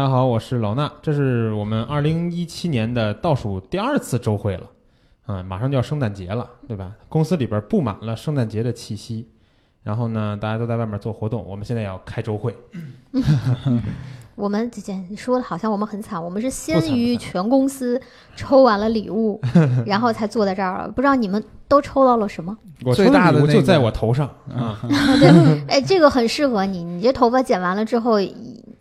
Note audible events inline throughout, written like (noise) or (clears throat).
大家好，我是老衲，这是我们二零一七年的倒数第二次周会了，啊、马上就要圣诞节了，对吧？公司里边布满了圣诞节的气息，然后呢，大家都在外面做活动，我们现在要开周会，我们之前说的好像我们很惨，我们是不惨先不于惨全公司抽完了礼 (laughs) 物，然后才坐在这儿了。不知道你们都抽到了 (laughs) 什么？我最抽大的礼物那就个在我头上啊， (laughs) 对，哎，这个很适合你，你这头发剪完了之后，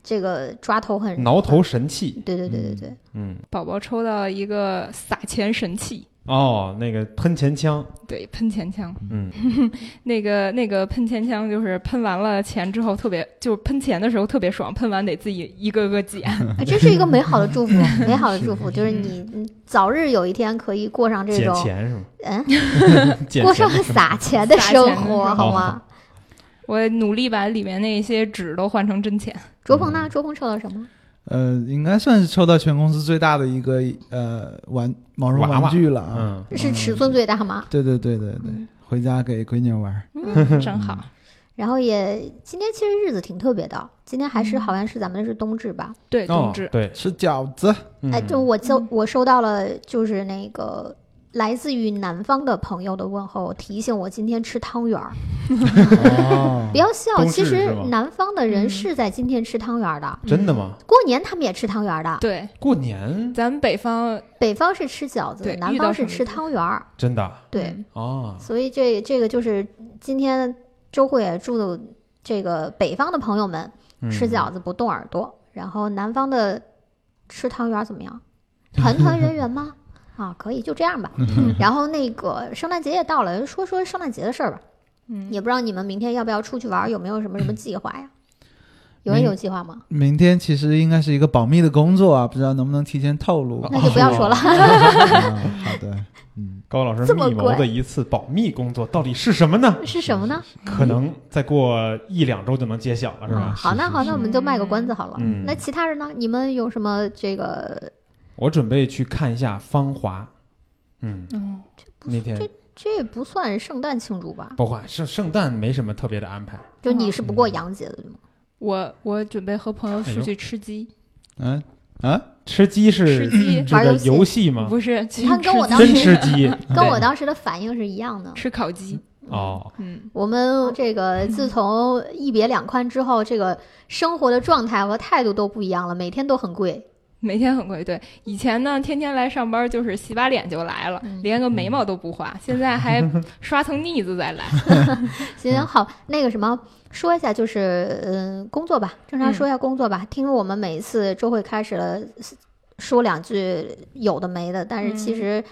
这个抓头很挠头。神器，对对对对对，嗯，宝宝抽到一个撒钱神器，哦，那个喷钱枪，对，喷钱枪。嗯，那个那个喷钱枪就是喷完了钱之后特别，就喷钱的时候特别爽，喷完得自己一个 (laughs) 个捡。嗯哎这是一个美好的祝福，美好的祝福就是你你早日有一天可以过上这捡种钱是吗？嗯，捡过钱上撒钱的撒钱的生生活，活好吗？我努力把里面那些纸都换成真钱。卓鹏嗯呢？卓鹏抽到什么？呃，应该算是抽到全公司最大的一个呃玩毛绒娃娃玩具了啊。嗯，是尺寸最大吗？对对对对对，回家给闺女玩儿。嗯，真好。然后也今天其实日子挺特别的，今天还嗯是好像是咱们是冬至吧？对，哦冬至，对，吃饺子，嗯哎，就我收我收到了，就是那个来自于南方的朋友的问候，提醒我今天吃汤圆儿。哦不，要笑，哦冬其至实是吗南方的人嗯是在今天吃汤圆儿的，真的吗？过年他们也吃汤圆儿的。对，过年咱们北方啊北方是吃饺子对，南遇到方是什么吃就汤圆儿。真的啊对，嗯哦，所以这这个就是今天周慧也祝这个北方的朋友们嗯吃饺子不动耳朵，然后南方的吃汤圆儿怎么样？团团圆 (laughs) 圆吗？啊，可以，就这样吧。嗯然后那个圣诞节也到了，说说圣诞节的事儿吧。嗯，也不知道你们明天要不要出去玩儿，有没有什么什么计划呀？有人明有计划吗？ (laughs) 明天其实应该是一个保密的工作啊，不知道能不能提前透露。哦那就不要说 (laughs) 了。啊好的，嗯，高老师这么密谋乖的一次保密工作到底是什么呢？ (laughs) 是什么呢？可能再过一两周就能揭晓了，是啊，吧？好，那好，那我们就卖个关子好了。嗯那其他人呢？你们有什么这个？我准备去看一下《芳华》，嗯，嗯，那天这也不算圣诞庆祝吧？包括圣圣诞没什么特别的安排，就你是不过洋节的对吗？嗯我我准备和朋友哎出呦去吃鸡，嗯啊，吃鸡吃是鸡这个玩游游戏吗？不是，去你看跟我吃鸡当真吃时 (laughs) 鸡跟我当时的反应是一样的。吃烤鸡，哦，嗯，我们这个自从一别两宽之后，这个生活的状态和态度都不一样了，每天都很贵。每天很贵。对，以前呢，天天来上班就是洗把脸就来了，嗯连个眉毛都不画，现在 (laughs) 还刷层腻子再来。嗯行好，那个什么，说一下就是嗯工作吧，正常说一下工作吧。听我们每一次周会开始了，说两句有的没的，但是其嗯实、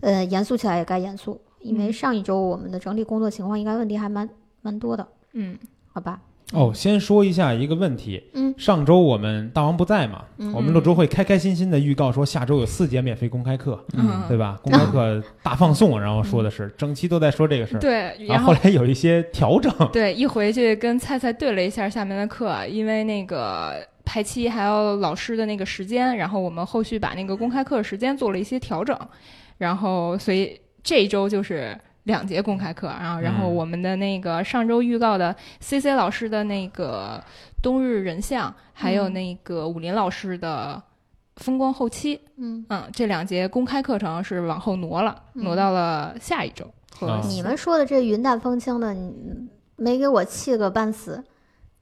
呃严肃起来也该严肃，因为嗯上一周我们的整体工作情况应该问题还蛮蛮多的，嗯好吧？哦，先说一下一个问题，嗯上周我们大王不在嘛，嗯我们录周会开开心心的预告说下周有四节免费公开课，嗯，对吧？公开课大放送，然后说的是整期都在说这个事儿，对，然然嗯后后来有一些调整，对，一回去跟菜菜对了一下下面的课，因为那个排期还有老师的那个时间，然后我们后续把那个公开课时间做了一些调整，然后所以这一周就是。两节公开课，然后然后嗯我们的那个上周预告的 C C 老师的那个冬日人像，还有嗯那个武林老师的风光后期，嗯，嗯，这两节公开课程是往后挪了，挪嗯到了下一周和啊你们说的这云淡风轻的，你没给我气个半死。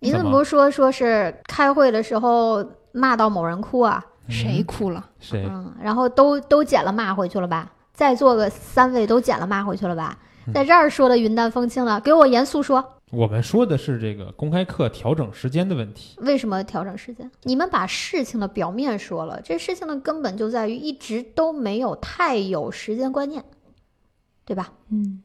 你怎怎么么说说是开会的时候骂到某人哭啊？谁哭了？谁？嗯，然后都都捡了骂回去了吧？再做个三位都捡了骂回去了吧？嗯在这儿说的云淡风轻了，给我严肃说，我们说的是这个公开课调整时间的问题。为什么调整时间？你们把事情的表面说了，这事情的根本就在于一直都没有太有时间观念，对吧？嗯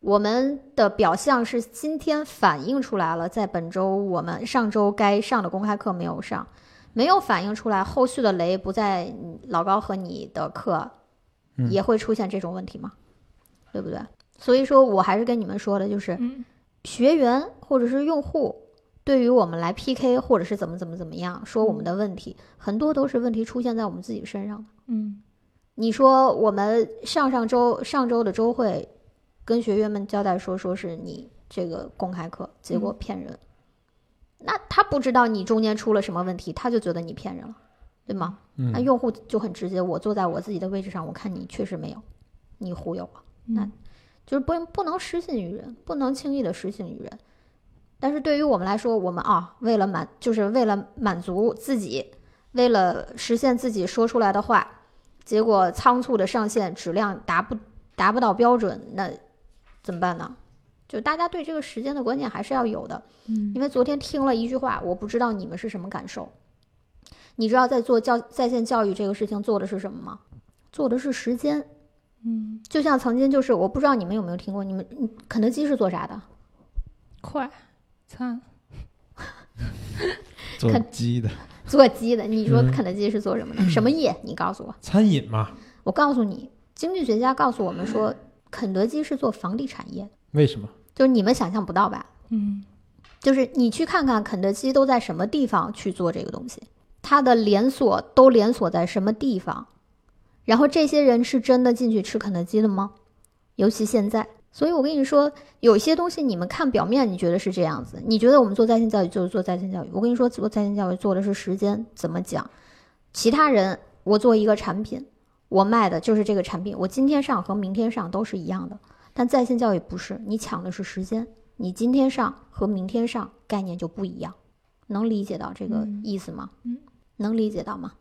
我们的表象是今天反映出来了，在本周我们上周该上的公开课没有上，没有反映出来，后续的雷不在老高和你的课，嗯也会出现这种问题吗？对不对？所以说我还是跟你们说的，就是嗯学员或者是用户对于我们来 PK 或者是怎么怎么怎么样说我们的问题，很多都是问题出现在我们自己身上的。嗯你说我们上上周上周的周会，跟学员们交代说，说是你这个公开课，结果骗人，那他不知道你中间出了什么问题，他就觉得你骗人了，对吗？那嗯，用户就很直接，我坐在我自己的位置上，我看你确实没有，你忽悠我，那嗯就是不不能失信于人，不能轻易的失信于人。但是对于我们来说，我们啊，为了满，就是为了满足自己，为了实现自己说出来的话，结果仓促的上线，质量达不达不到标准，那怎么办呢？就大家对这个时间的观念还是要有的。嗯因为昨天听了一句话，我不知道你们是什么感受。你知道在做教在线教育这个事情做的是什么吗？做的是时间。嗯，就像曾经就是，我不知道你们有没有听过，你们你肯德基是做啥的？ (laughs) 快餐做看鸡的，做鸡的。你说嗯肯德基是做什么的？什么业？你告诉我。餐饮嘛，我告诉你，经济学家告诉我们说，肯德基是做房地产业的，为什么？就是你们想象不到吧？嗯就是你去看看肯德基都在什么地方去做这个东西，它的连锁都连锁在什么地方，然后这些人是真的进去吃肯德基的吗？尤其现在，所以我跟你说，有些东西你们看表面，你觉得是这样子，你觉得我们做在线教育就是做在线教育，我跟你说，做在线教育做的是时间怎么讲，其他人我做一个产品，我卖的就是这个产品，我今天上和明天上都是一样的，但在线教育不是，你抢的是时间。你今天上和明天上概念就不一样，能理解到这个嗯意思吗？嗯能理解到吗？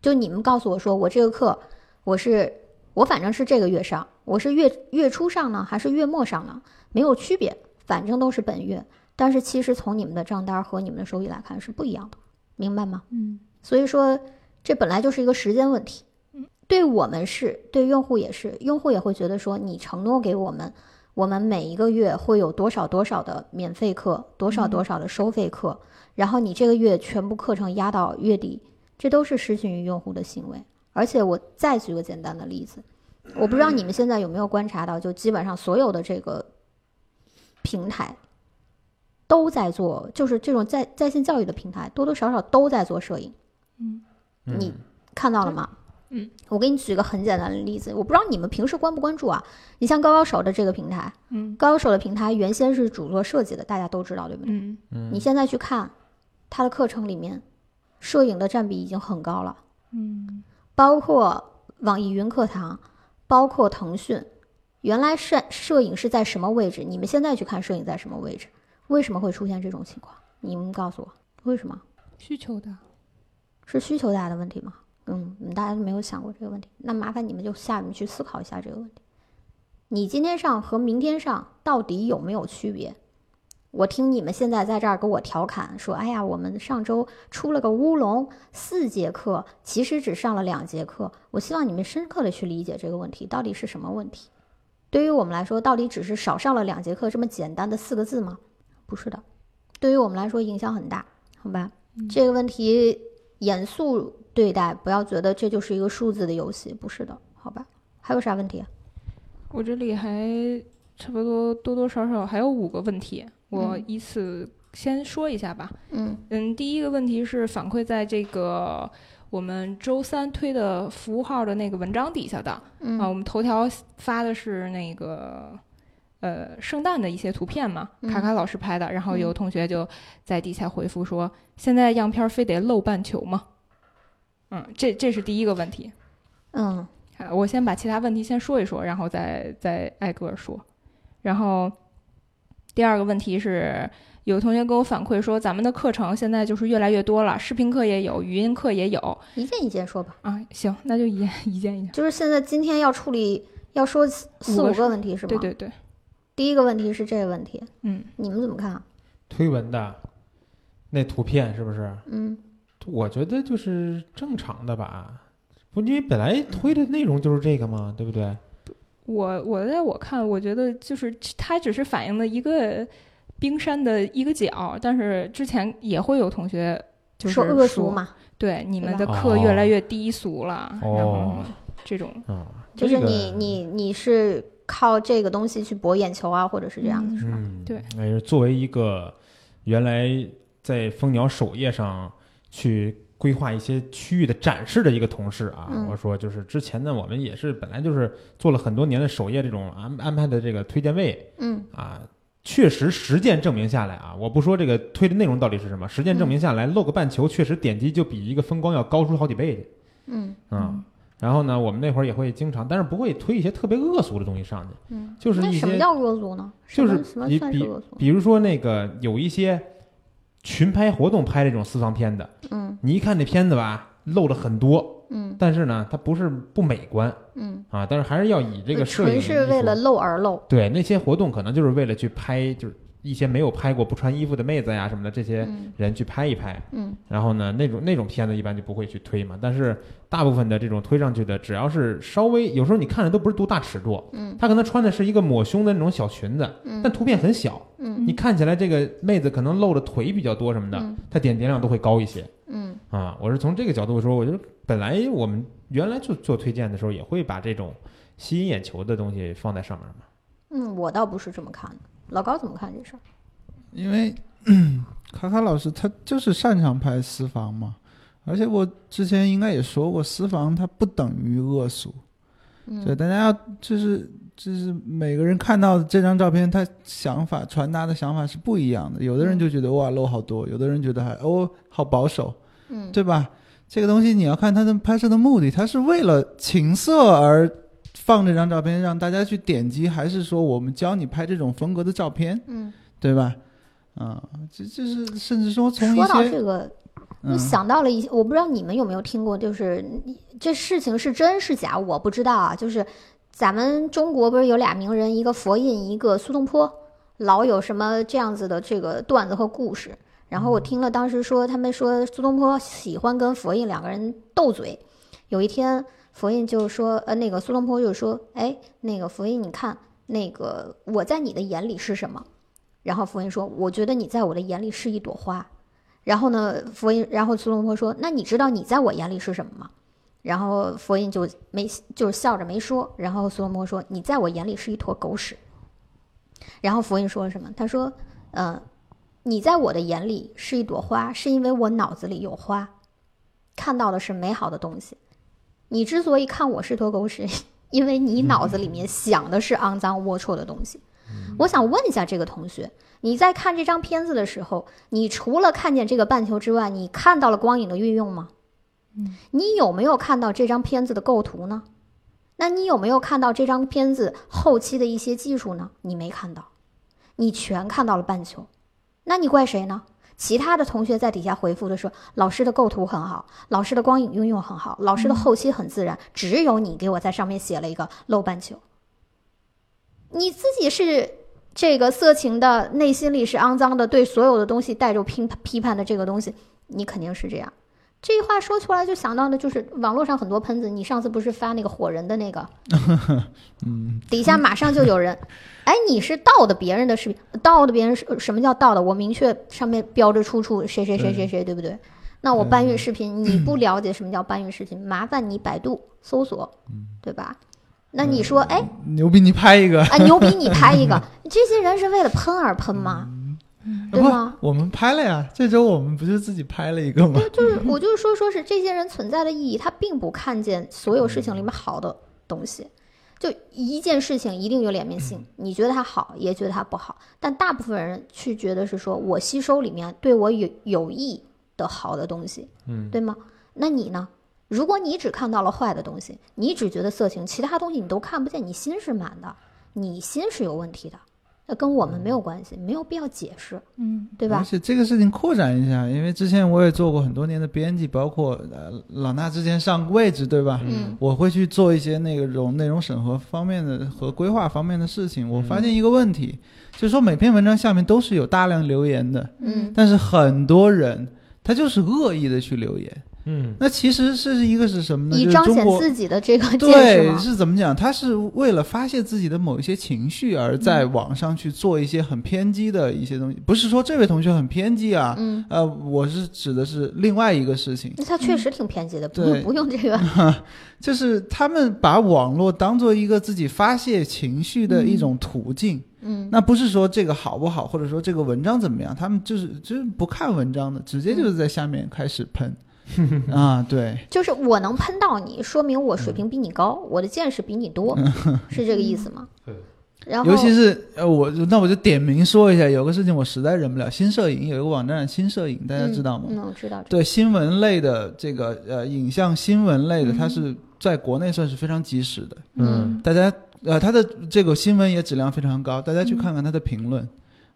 就你们告诉我说，我这个课我是我反正是这个月上，我是月月初上呢，还是月末上呢？没有区别，反正都是本月。但是其实从你们的账单和你们的收益来看是不一样的，明白吗？嗯所以说，这本来就是一个时间问题。对我们是，对用户也是，用户也会觉得说，你承诺给我们，我们每一个月会有多少多少的免费课，多少多少的收费课，然后你这个月全部课程压到月底，这都是失信于用户的行为。而且我再举个简单的例子，我不知道你们现在有没有观察到，就基本上所有的这个平台都在做，就是这种在在线教育的平台，多多少少都在做摄影。嗯你看到了吗？嗯，我给你举个很简单的例子，我不知道你们平时关不关注啊？你像高高手的这个平台，嗯高高手的平台原先是主做设计的，大家都知道对不对？嗯嗯你现在去看，他的课程里面，摄影的占比已经很高了，嗯包括网易云课堂，包括腾讯。原来摄摄影是在什么位置？你们现在去看摄影在什么位置？为什么会出现这种情况？你们告诉我为什么？需求的是需求大的问题吗？嗯，你们大家都没有想过这个问题，那麻烦你们就下面去思考一下这个问题。你今天上和明天上到底有没有区别？我听你们现在在这儿给我调侃说：“哎呀，我们上周出了个乌龙，四节课其实只上了两节课。”我希望你们深刻的去理解这个问题到底是什么问题。对于我们来说，到底只是少上了两节课这么简单的四个字吗？不是的，对于我们来说影响很大，好吧？嗯这个问题严肃对待，不要觉得这就是一个数字的游戏，不是的，好吧？还有啥问题？啊我这里还差不多多多少少还有五个问题，我嗯依次先说一下吧。嗯嗯，第一个问题是反馈在这个我们周三推的服务号的那个文章底下的啊、嗯我们头条发的是那个呃圣诞的一些图片嘛，卡嗯卡老师拍的，然后有嗯同学就在底下回复说，现在样片儿非得露半球吗？嗯，这这是第一个问题。嗯啊，我先把其他问题先说一说，然后再再挨个儿说。然后第二个问题是，有同学给我反馈说，咱们的课程现在就是越来越多了，视频课也有，语音课也有一件一件说吧。啊。行，那就一件一件一件。就是现在今天要处理，要说四四五个五个问题是吗？对对对，第一个问题是这个问题，嗯你们怎么看啊？推文的那图片是不是？嗯我觉得就是正常的吧，不，因为本来推的内容就是这个嘛，对不对？我我在我看，我觉得就是它只是反映了一个冰山的一个角，但是之前也会有同学就是说恶俗，嘛，对你们的对吧课越来越低俗了，然后哦这种。啊，就是这个你你你是靠这个东西去博眼球啊，或者是这样子。嗯是吧嗯，对，哎，作为一个原来在蜂鸟首页上去规划一些区域的展示的一个同事啊，嗯我说就是之前呢，我们也是本来就是做了很多年的首页这种安安排的这个推荐位嗯啊，确实实践证明下来啊，我不说这个推的内容到底是什么，实践证明下来，漏个半球确实点击就比一个风光要高出好几倍去。嗯嗯，然后呢，我们那会儿也会经常，但是不会推一些特别恶俗的东西上去，嗯，就是那一什么些，叫恶俗呢？什就是么什么你算是恶俗？比如说那个有一些群拍活动拍这种私房片的，嗯你一看这片子吧，漏了很多，嗯但是呢，它不是不美观嗯，啊，但是还是要以这个摄影呃纯是艺为术了露而露。对那些活动，可能就是为了去拍，就是一些没有拍过不穿衣服的妹子呀什么的，这些嗯人去拍一拍。嗯然后呢，那种那种片子一般就不会去推嘛。但是大部分的这种推上去的，只要是稍微，有时候你看着都不是多大尺度，嗯她可能穿的是一个抹胸的那种小裙子，但嗯图片很小，嗯你看起来这个妹子可能露着腿比较多什么的，嗯她点击量都会高一些嗯啊。我是从这个角度说，我觉得本来我们原来就做推荐的时候，也会把这种吸引眼球的东西放在上面嘛。嗯，我倒不是这么看的。老高怎么看这事儿？因为 (clears throat) 卡卡老师他就是擅长拍私房嘛，而且我之前应该也说过，私房它不等于恶俗，对，嗯大家要就是就是每个人看到这张照片，他想法传达的想法是不一样的。有的人就觉得哇漏好多，有的人觉得还哦好保守，嗯对吧？这个东西你要看它的拍摄的目的，它是为了情色而放这张照片让大家去点击，还是说我们教你拍这种风格的照片，嗯，对吧？啊、这这是甚至说从一说到些这个，我嗯想到了一些，我不知道你们有没有听过，就是这事情是真是假，我不知道啊。就是咱们中国不是有俩名人，一个佛印，一个苏东坡，老有什么这样子的这个段子和故事。然后我听了，当时说他们说苏东坡喜欢跟佛印两个人斗嘴。有一天，佛印就说，呃，那个苏东坡就说，哎，那个佛印，你看那个我在你的眼里是什么？然后佛印说，我觉得你在我的眼里是一朵花。然后呢，佛印，然后苏东坡说：“那你知道你在我眼里是什么吗？”然后佛印就没就是笑着没说。然后苏东坡说：“你在我眼里是一坨狗屎。”然后佛印说了什么？他说：“呃，你在我的眼里是一朵花，是因为我脑子里有花，看到的是美好的东西。你之所以看我是坨狗屎， (laughs) 因为你脑子里面想的是肮脏龌龊的东西。”我想问一下这个同学，你在看这张片子的时候，你除了看见这个半球之外，你看到了光影的运用吗？嗯，你有没有看到这张片子的构图呢？那你有没有看到这张片子后期的一些技术呢？你没看到，你全看到了半球，那你怪谁呢？其他的同学在底下回复的说，老师的构图很好，老师的光影运用很好，老师的后期很自然，只有你给我在上面写了一个漏半球。你自己是这个色情的内心里是肮脏的，对所有的东西带着批批判的这个东西，你肯定是这样。这话说出来就想到的就是网络上很多喷子，你上次不是发那个火人的那个，嗯底下马上就有人，哎，你是盗的别人的视频，盗的别嗯人是什么叫盗的？我明确上面标着出处谁谁谁谁谁，对不对？那我搬运视频，你不了解什么叫搬运视频，麻烦你百度搜索，对吧？那你说，哎，牛逼，你拍一个，啊，牛逼，你拍一个，这些人是为了喷而喷吗？嗯对吗？我们拍了呀，这周我们不是自己拍了一个 (laughs) 吗？就是我就是说，说是这些人存在的意义，他并不看见所有事情嗯里面好的东西。就一件事情一定有两面性，嗯你觉得它好，也觉得它不好。但大部分人去觉得是说我吸收里面对我有有益的好的东西，嗯，对吗？那你呢？如果你只看到了坏的东西，你只觉得色情，其他东西你都看不见，你心是满的，你心是有问题的，那跟我们没嗯有关系，没有必要解释，嗯对而吧？且这个事情扩展一下，因为之前我也做过很多年的编辑，包括呃老衲之前上位置，对吧？嗯我会去做一些那种内容审核方面的和规划方面的事情。我嗯发现一个问题，就是说每篇文章下面都是有大量留言的，嗯但是很多人他就是恶意的去留言。嗯那其实是一个是什么呢？以就是彰中显国自己的这个 (laughs) 见识对吗？是怎么讲？他是为了发泄自己的某一些情绪而在网上去做一些很偏激的一些东西。不是说这位同学很偏激啊，嗯，呃，我是指的是另外一个事情。那他确实挺偏激的，不嗯对不用这个，就是他们把网络当做一个自己发泄情绪的一种途径，嗯那不是说这个好不好，或者说这个文章怎么样，他们就是就是不看文章的，直接就是在下面开始 (laughs) 喷，啊，对，就是我能嗯 (laughs) 喷到你，说明我水平比你高，我的见识比你多，是这个意思吗？对然后尤其是呃，我就那我就点名说一下，有个事情我实在忍不了。新摄影有一个网站，新摄影大家知道吗？嗯，嗯我知道，知道对新闻类的这个呃影像新闻类的，嗯它是在国内算是非常及时的，嗯大家呃它的这个新闻也质量非常高，大家嗯去看看它的评论。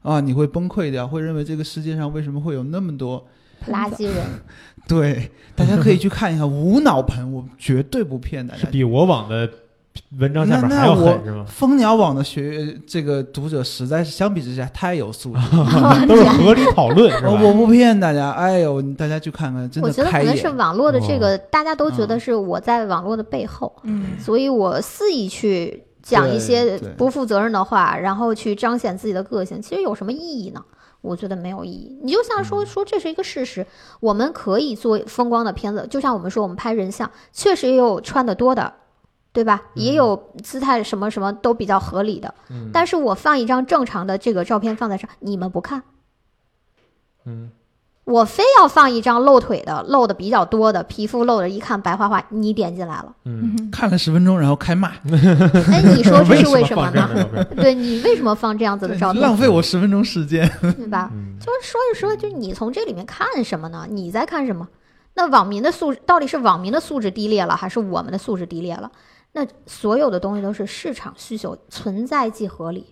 啊，你会崩溃掉，会认为这个世界上为什么会有那么多？垃圾人，对，大家可以去看一看无脑喷，我绝对不骗大是家。比我网的文章下面那还要那我狠是吗？蜂鸟网的学呃这个读者实在是相比之下太有素质了， (laughs) 都是合理讨论是我吧？哦我不骗大家，哎呦，大家去看看，真我的觉得可开能是眼。哦网络的这个，大家都觉得嗯是我在网络的背后，嗯所以我肆意去讲一对些对不负责任的话，然后去彰显自己的个性，其实有什么意义呢？我觉得没有意义。你就像嗯说说这是一个事实，我们可以做风光的片子，就像我们说我们拍人像，确实也有穿的多的，对吧？嗯也有姿态什么什么都比较合理的。嗯但是我放一张正常的这个照片放在上，你们不看，嗯，我非要放一张露腿的、露的比较多的、皮肤露的，一看白花花，你点进来 (laughs) 了。嗯，嗯看了十分钟，然后开骂，哎，你说这是为什什么放这样呢？的照片？对你为什么放这样子的照片，浪费我十分钟时间。对吧？ (laughs) 嗯，就是说着说着，就是你从这里面看什么呢？你在看什么？那网民的素质到底是网民的素质低劣了，还是我们的素质低劣了？那所有的东西都是市场需求，存在即合理，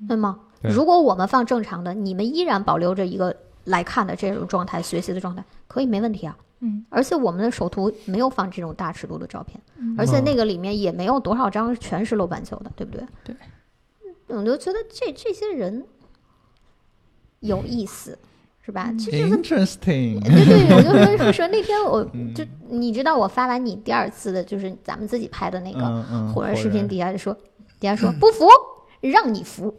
嗯对吗？对如果我们放正常的，你们依然保留着一个来看的这种状态、学习的状态，可以没问题啊。嗯，而且我们的首图没有放这种大尺度的照片，嗯而且那个里面也没有多少张全是楼板球的，对不对？对，我就觉得这这些人有意思，是吧？嗯这这个。 Interesting，对对，我就说说 (laughs) 说那天我就你知道我发完你第二次的，就是咱们自己拍的那个嗯嗯，火火人视频底下就 (laughs) 说，底下说不服，让你 (laughs) 服，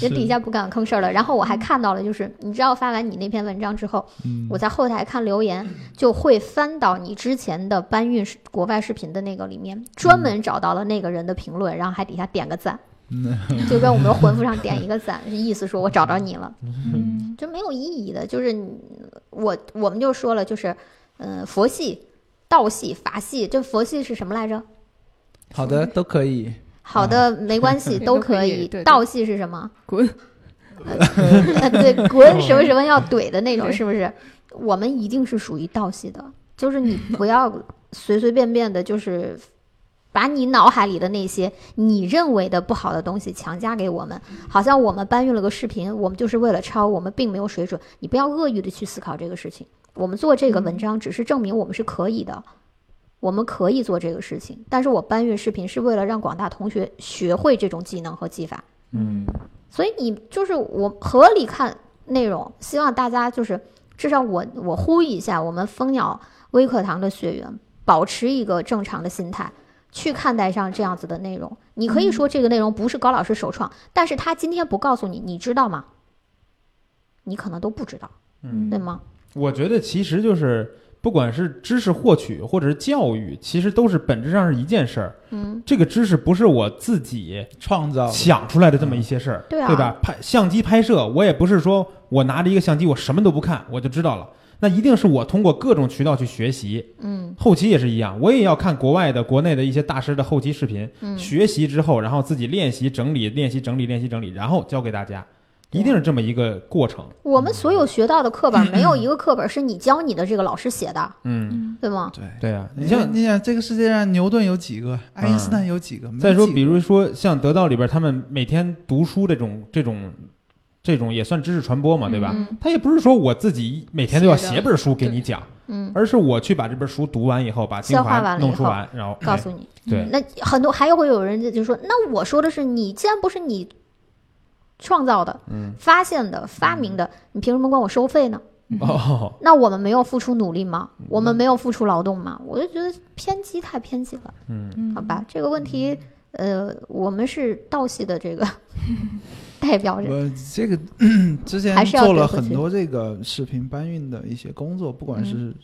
人底下不敢吭声了。然后我还看到了，就是你知道发完你那篇文章之后，嗯我在后台看留言，就会翻到你之前的搬运视国外视频的那个里面，专门找到了那个人的评论，然后还底下点个赞，嗯就跟我们的 (laughs) 回复上点一个赞，是意思说我找着你了。嗯就没有意义的。就是你我我们就说了，就是嗯、呃佛系、道系、法系，这佛系是什么来着？好的都可以。好的，没关 (laughs) 系，啊都都可可以以对。对道系是什么？滚！ (laughs) 呃，对，滚什么什么要怼的那种，对是不是？我们一定是属于道系的，就是你不要随随便便的，就是把你脑海里的那些你认为的不好的东西强加给我们，好像我们搬运了个视频，我们就是为了抄，我们并没有水准。你不要恶意的去思考这个事情。我们做这个文章，只是证明我们是可以的，我们可以做这个事情。但是我搬运视频是为了让广大同学学会这种技能和技法。嗯所以你就是我合理看内容，希望大家就是至少我我呼吁一下我们蜂鸟微课堂的学员，保持一个正常的心态去看待上这样子的内容。你可以说这个内容不是高老师首创，但是他今天不告诉你，你知道吗？你可能都不知道，嗯对吗？我觉得其实就是，不管是知识获取或者是教育，其实都是本质上是一件事儿。嗯，这个知识不是我自己创造想出来的这么一些事儿，对啊吧？拍相机拍摄，我也不是说我拿着一个相机，我什么都不看，我就知道了。那一定是我通过各种渠道去学习，嗯后期也是一样，我也要看国外的、国内的一些大师的后期视频，嗯，学习之后，然后自己练习、整理、练习、整理、练习、整理，然后教给大家，对一啊定是这么一个过程。我们所有学到的课本，没有一个课本是你教你的这个老师写的，嗯，对吗？对。对啊，你你像像嗯你想，这个世界上牛顿有几个？爱因斯坦有几个？没再说，几个比如说像得到里边，他们每天读书这种这种这种也算知识传播嘛，对吧？嗯他也不是说我自己每天都要写的写本书给你讲，嗯，而是我去把这本书读完以后，把精消化完华了以后弄出来，然后告诉你。哎对，那很多还有会有人就说，那我说的是你，既然不是你创造的、嗯，发现的、发明嗯的，你凭什么管我收费呢？ (laughs) 哦，那我们没有付出努力吗？嗯我们没有付出劳动吗？我就觉得偏激太偏激了，嗯，嗯好吧，这个问题，嗯呃，我们是道系的这个 (laughs) 代表人，我这个 (clears throat) 之还前是要做了怼回很去多这个视频搬运的一些工作，不管嗯是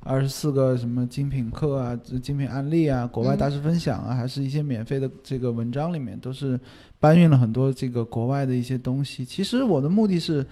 二十四个什么精品课啊、精品案例啊、国外嗯大师分享啊，还是一些免费的这个文章里面，都是搬运了很多这个国外的一些东西。其实我的目的是，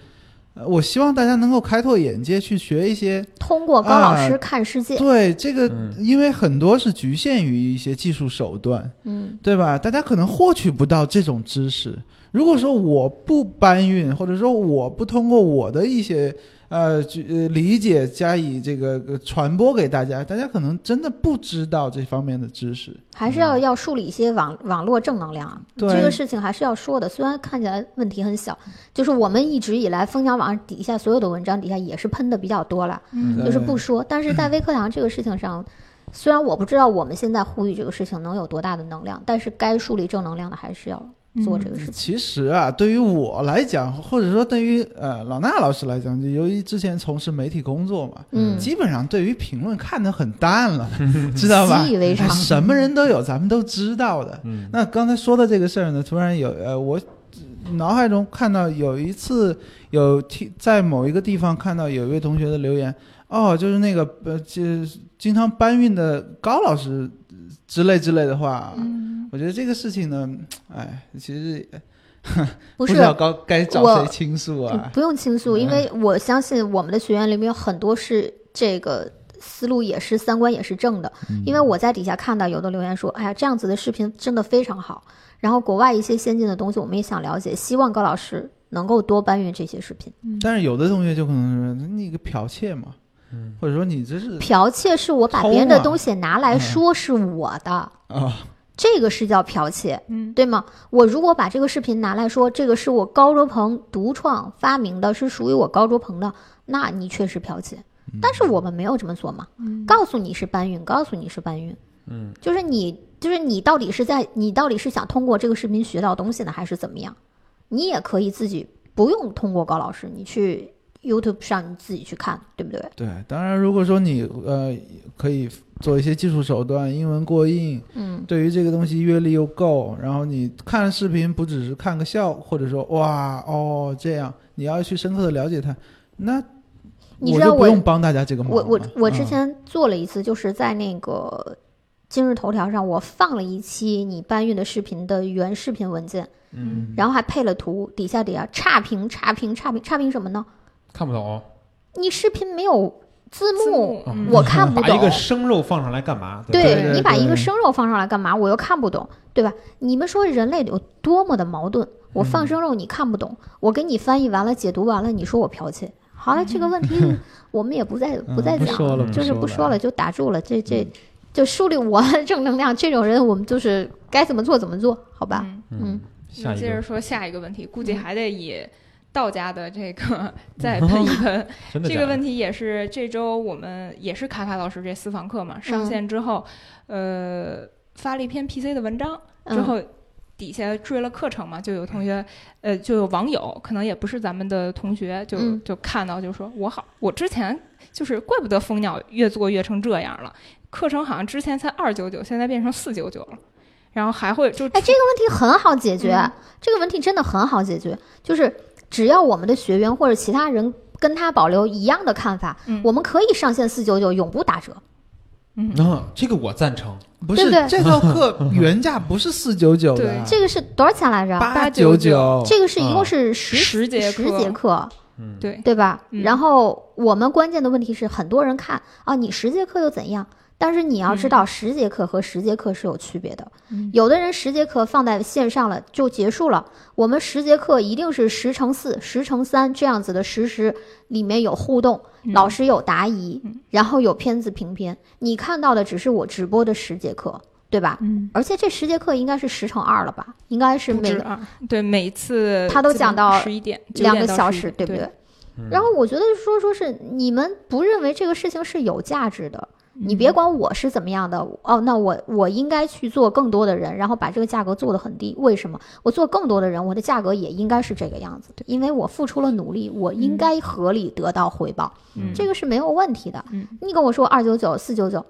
呃我希望大家能够开拓眼界，去学一些通过高老啊师看世界，对这个嗯，因为很多是局限于一些技术手段，嗯对吧？大家可能获取不到这种知识。如果说我不搬运，或者说我不通过我的一些呃举呃理解加以这个、呃传播给大家，大家可能真的不知道这方面的知识。还是要要树立一些网网络正能量啊。对这个事情还是要说的，虽然看起来问题很小，就是我们一直以来蜂鸟网上底下所有的文章底下也是喷的比较多了，嗯就是对不说。但是在微课堂这个事情上，虽然我不知道我们现在呼吁这个事情能有多大的能量，但是该树立正能量的还是要做这个事情。其实啊，对于我来讲，或者说对于呃老衲老师来讲，就由于之前从事媒体工作嘛，嗯，基本上对于评论看得很淡了， (laughs) 知道吧习以？为哎常。什么人都有，咱们都知道的。嗯那刚才说的这个事儿呢，突然有呃，我脑海中看到有一次有听在某一个地方看到有一位同学的留言，哦，就是那个呃，就是经常搬运的高老师之类之类的话，嗯我觉得这个事情呢，哎，其实不知是道该该找我谁倾诉嗯啊。不用倾诉，因为我相信我们的学员里面有很多是这个思路也是三观也是正的。嗯因为我在底下看到有的留言说：“哎呀，这样子的视频真的非常好。”然后国外一些先进的东西我们也想了解，希望高老师能够多搬运这些视频。但是有的同学就可能说你个剽窃嘛，或者说你这是剽窃是我把偷别人的嘛嗯东西拿来说是我的，啊，这个是叫剽窃。嗯对吗？我如果把这个视频拿来说，这个是我高卓鹏独创发明的，是属于我高卓鹏的，那你确实剽窃。嗯但是我们没有这么做嘛，嗯告诉你是搬运，告诉你是搬运，嗯，就是你，就是你到底是在，你到底是想通过这个视频学到东西呢，还是怎么样？你也可以自己不用通过高老师，你去 YouTube 上你自己去看，对不对？对，当然如果说你呃可以做一些技术手段，英文过硬。嗯，对于这个东西阅历又够，然后你看视频不只是看个笑，或者说哇哦这样，你要去深刻的了解它，那你我知道就不我用帮大家这个忙我了。我我之嗯前做了一次，就是在那个今日头条上，我放了一期你搬运的视频的原视频文件，嗯，然后还配了图，底下底下差评差评差评差评什么呢？看不懂，哦你视频没有字幕，嗯我看不把一懂个。生肉放上来干嘛？吧对对你把一个对生肉放上来干嘛？我又看不懂，对吧？你们说人类有多么的矛盾？我嗯放生肉你看不懂，我给你翻译完了、解读完了，你说我剽窃。好了，这个问 (laughs) 题我们也不再嗯不再不讲说了，嗯就是不说了。嗯了，就打住了。这这就树立我的正能量，这种人我们就是该怎么做怎么做，好吧？嗯嗯，下你一接着个说下一个问题，估计还得以道家的这个再喷一喷。 (laughs) 真的这假个的问题也是这周我们也是卡卡老师这私房课嘛，嗯上线之后，呃，发了一篇 PC 的文章，嗯之后底下追了课程嘛，就有同学，呃，就有网友，可能也不是咱们的同学，就、嗯就看到就说，我好，我之前就是怪不得蜂鸟越做越成这样了，课程好像之前才二九九，现在变成四九九了，然后还会就哎，这个问题很好解决，嗯这个问题真的很好解决，就是只要我们的学员或者其他人跟他保留一样的看法，嗯我们可以上线四九九，永不打折。嗯啊，这个我赞成，不对是不对这套课原价不是四九九的啊对，这个是多少钱来着？八899九，这个是一啊共是十哦十节十课节课，嗯，对对吧？嗯然后我们关键的问题是，很多人看啊，你十节课又怎样？但是你要知道，十节课和十节课是有区别的。嗯有的人十节课放在线上了就结束了，我们十节课一定是十乘四、十乘三这样子的实时，里面有互动，嗯老师有答疑，嗯然后有片子评片。你看到的只是我直播的十节课，对吧？嗯。而且这十节课应该是十乘二了吧？应该是不每止啊，对每次他都讲到十一点两个小时，对对不对？？嗯然后我觉得说说是你们不认为这个事情是有价值的，你嗯别管我是怎么样的哦，那我我应该去做更多的人，然后把这个价格做得很低。为什么？我做更多的人，我的价格也应该是这个样子，因为我付出了努力，我应该合理得到回报，嗯这个是没有问题的。嗯你跟我说二九九、四九九，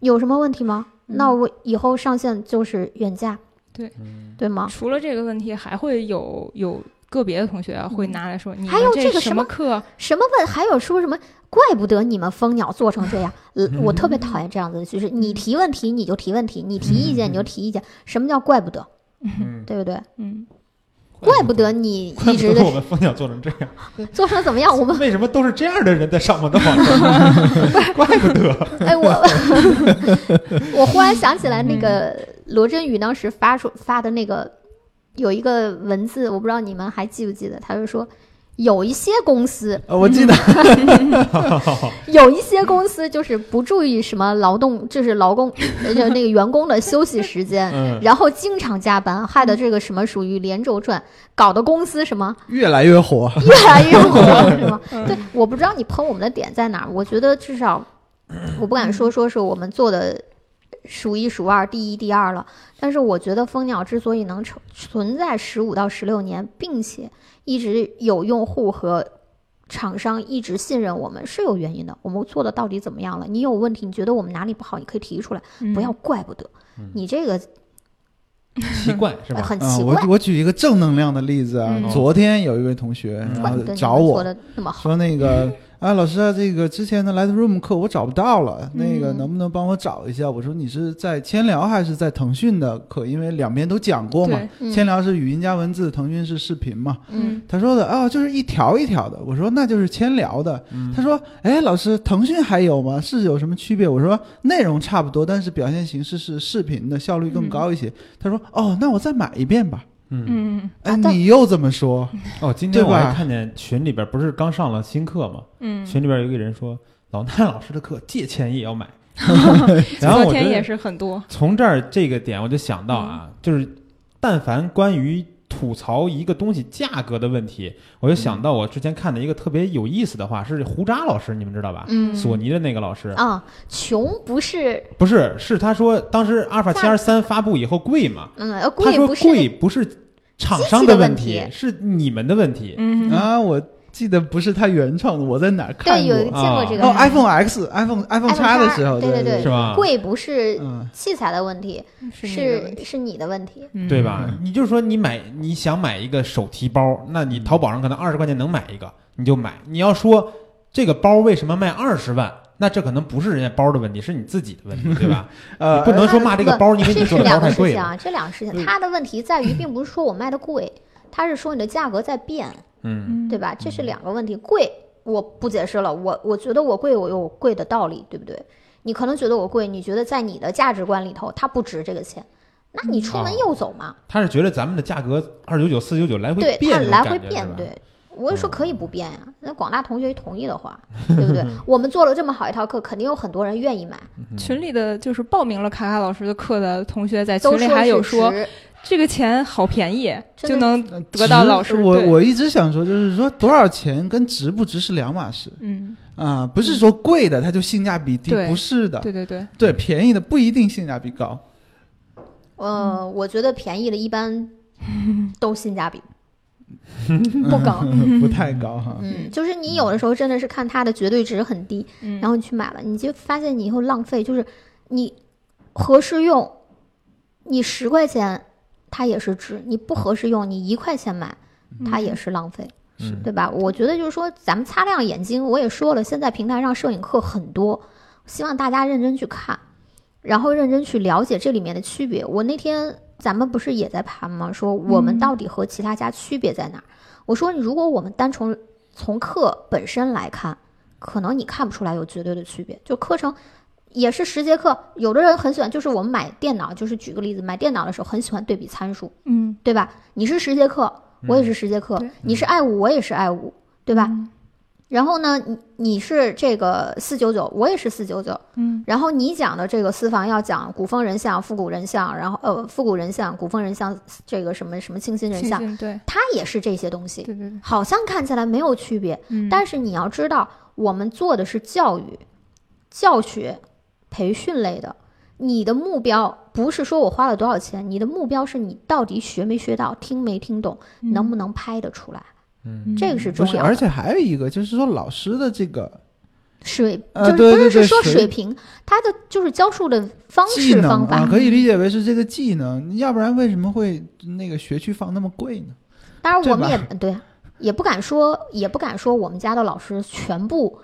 有什么问题吗？那我以后上线就是原价，嗯对对吗？嗯除了这个问题，还会有有个别的同学会拿来说，你嗯还有们这个什什么么课？什么问？还有说什么？怪不得你们蜂鸟做成这 (laughs) 样，呃我特别讨厌这样子的，就是你提问题 (laughs) 嗯你就提问题，你提意见你就提意见。什么叫怪不得？嗯，对不对？嗯，怪不得你怪不 (laughs) 一直得的我们蜂鸟做成这样，做成怎么样，我 (laughs) 们 (laughs) 为什么都是这样的人在上我的网站？怪不得，哎，我 (laughs) 我忽然想起来，那个罗振宇当时发出发的那个有一个文字，我不知道你们还记不记得，他就说。有一些公司，呃，我记嗯得有一些公司就是不注意什么劳动，就是劳工，呃就那个员工的休息时间，嗯，然后经常加班，害得这个什么属于连轴转，搞得公司什么越来越火。越来越火，是吗？对，我不知道你喷我们的点在哪儿。我觉得至少，我不敢说说是我们做的数一数二、第一、第二了，但是我觉得蜂鸟之所以能成存在十五到十六年，并且一直有用户和厂商一直信任我们，是有原因的。我们做的到底怎么样了？你有问题，你觉得我们哪里不好，你可以提出来，嗯不要怪不得。你这个 (laughs) 奇怪是吧？很啊、奇我怪，我举一个正能量的例子啊，嗯昨天有一位同学嗯然怪后不得你找们做我的那么好。说那嗯个。啊，老师啊，这个之前的 Lightroom 课我找不到了，那个嗯能不能帮我找一下？我说你是在千聊还是在腾讯的课？因为两边都讲过嘛，对，嗯千聊是语音加文字，腾讯是视频嘛。嗯，他说的啊、就是一条一条的。我说那就是千聊的。 (laughs) 嗯他说，哎，老师，腾讯还有吗？是有什么区别？我说内容差不多，但是表现形式是视频的，效嗯率更高一些。他说，哦，那我再买一遍吧。嗯，嗯哎，啊但你又怎么说？哦，今天对我吧还看见群里边不是刚上了新课吗？嗯，群里边有一个人说，老衲老师的课借钱也要 (laughs) 买，然后昨我觉天也得是很多，从这儿这个点我就想到啊，就是但凡关于吐槽一个东西价格的问题，我就想到我之前看的一个特别有意思的话，是胡渣老师，你们知道吧？嗯索尼的那个老师啊，穷不是不是，是他说当时阿尔法七二三发布以后贵嘛，嗯，呃他贵说不是贵不是厂商问题机器的问，是你们的问题。嗯啊，我记得不是他原创的，我在哪儿看对，有见个过？过这个哦，iPhone X、iPhone iPhone 叉的时候，对对对是吧贵不是嗯，器材的问题，嗯是嗯是你的问题。对吧？你就说你买你想买一个手提包，那你淘宝上可能二十块钱能买一个，你就买。你要说这个包为什么卖二十万，那这可能不是人家包的问题，是你自己的问题，对吧？呃，你不能说骂这个包，因为你这是说的包两个太事贵情了。啊，这两个事嗯情，它的问题在于，并不是说我卖的贵，它是说你的价格在变，嗯，对吧？这是两个问题。贵我不解释了，我我觉得我贵，我有我贵的道理，对不对？你可能觉得我贵，你觉得在你的价值观里头，它不值这个钱，那你出门哦又走嘛？他是觉得咱们的价格二九九、四九九来回对，变嗯它这种感觉，来回变是，吧，嗯对。我也说可以不变呀、那广大同学同意的话， (laughs) 对不对？嗯我们做了这么好一套课，肯定有很多人愿意买。嗯群里的就是报名了卡卡老师的课的同学，在都哎群里还有是说值这个钱好便宜，真的就能呃值得到老师我对我一直想说，就是说多少钱跟值不值是两码事嗯，啊，不是说贵的它就性价比低，对不是的，对对嗯对，对，便宜的不一定性价比高。呃，嗯我觉得便宜的一 (laughs) 般都性价比不 (laughs) 高。嗯，(laughs) 不太高哈。嗯，就是你有的时候真的是看它的绝对值很低，嗯然后你去买了，你就发现你以后浪费，就是你合适用，你十块钱它也是值；你不合适用，你一块钱买嗯它也是浪费。嗯，对吧？我觉得就是说，咱们擦亮眼睛。我也说了，现在平台上摄影课很多，希望大家认真去看，然后认真去了解这里面的区别。我那天咱们不是也在盘吗？说我们到底和其他家区别在哪儿？我说，如果我们单从从课本身来看，可能你看不出来有绝对的区别。就课程也是十节课，有的人很喜欢，就是我们买电脑，就是举个例子，买电脑的时候很喜欢对比参数，嗯，对吧？你是十节课，我也是十节课，对你是爱五，我也是爱五，对吧？嗯然后呢，你你是这个四九九，我也是四九九。嗯，然后你讲的这个私房要讲古风人像、复古人像，然后呃复古人像、古风人像这个什么什么清新人亲像，近对它也是这些东西，对对对，好像看起来没有区别，嗯但是你要知道，我们做的是教育、教学、培训类的。你的目标不是说我花了多少钱，你的目标是你到底学没学到、听没听懂、能不能拍得出来，嗯，这个是不重是，要而的。且还有一个就是说老师的这个水就呃是对不对是对是说水水平，他的就是教授的方技式能方啊，法。嗯可以理解为是这个技能，要不然为什么会那个学区房那么贵呢？当然，我们对也对，啊也不敢说，也不敢说我们家的老师全部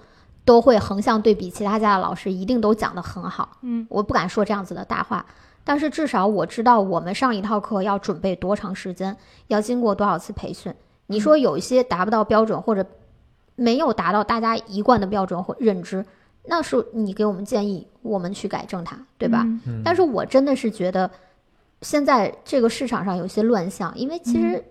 都会横向对比其他家的老师，一定都讲得很好。嗯，我不敢说这样子的大话，但是至少我知道我们上一套课要准备多长时间，要经过多少次培训。你说有一些达不到标准或者没有达到大家一贯的标准或认知，那是你给我们建议，我们去改正它，对吧？嗯嗯但是我真的是觉得，现在这个市场上有些乱象，因为其实嗯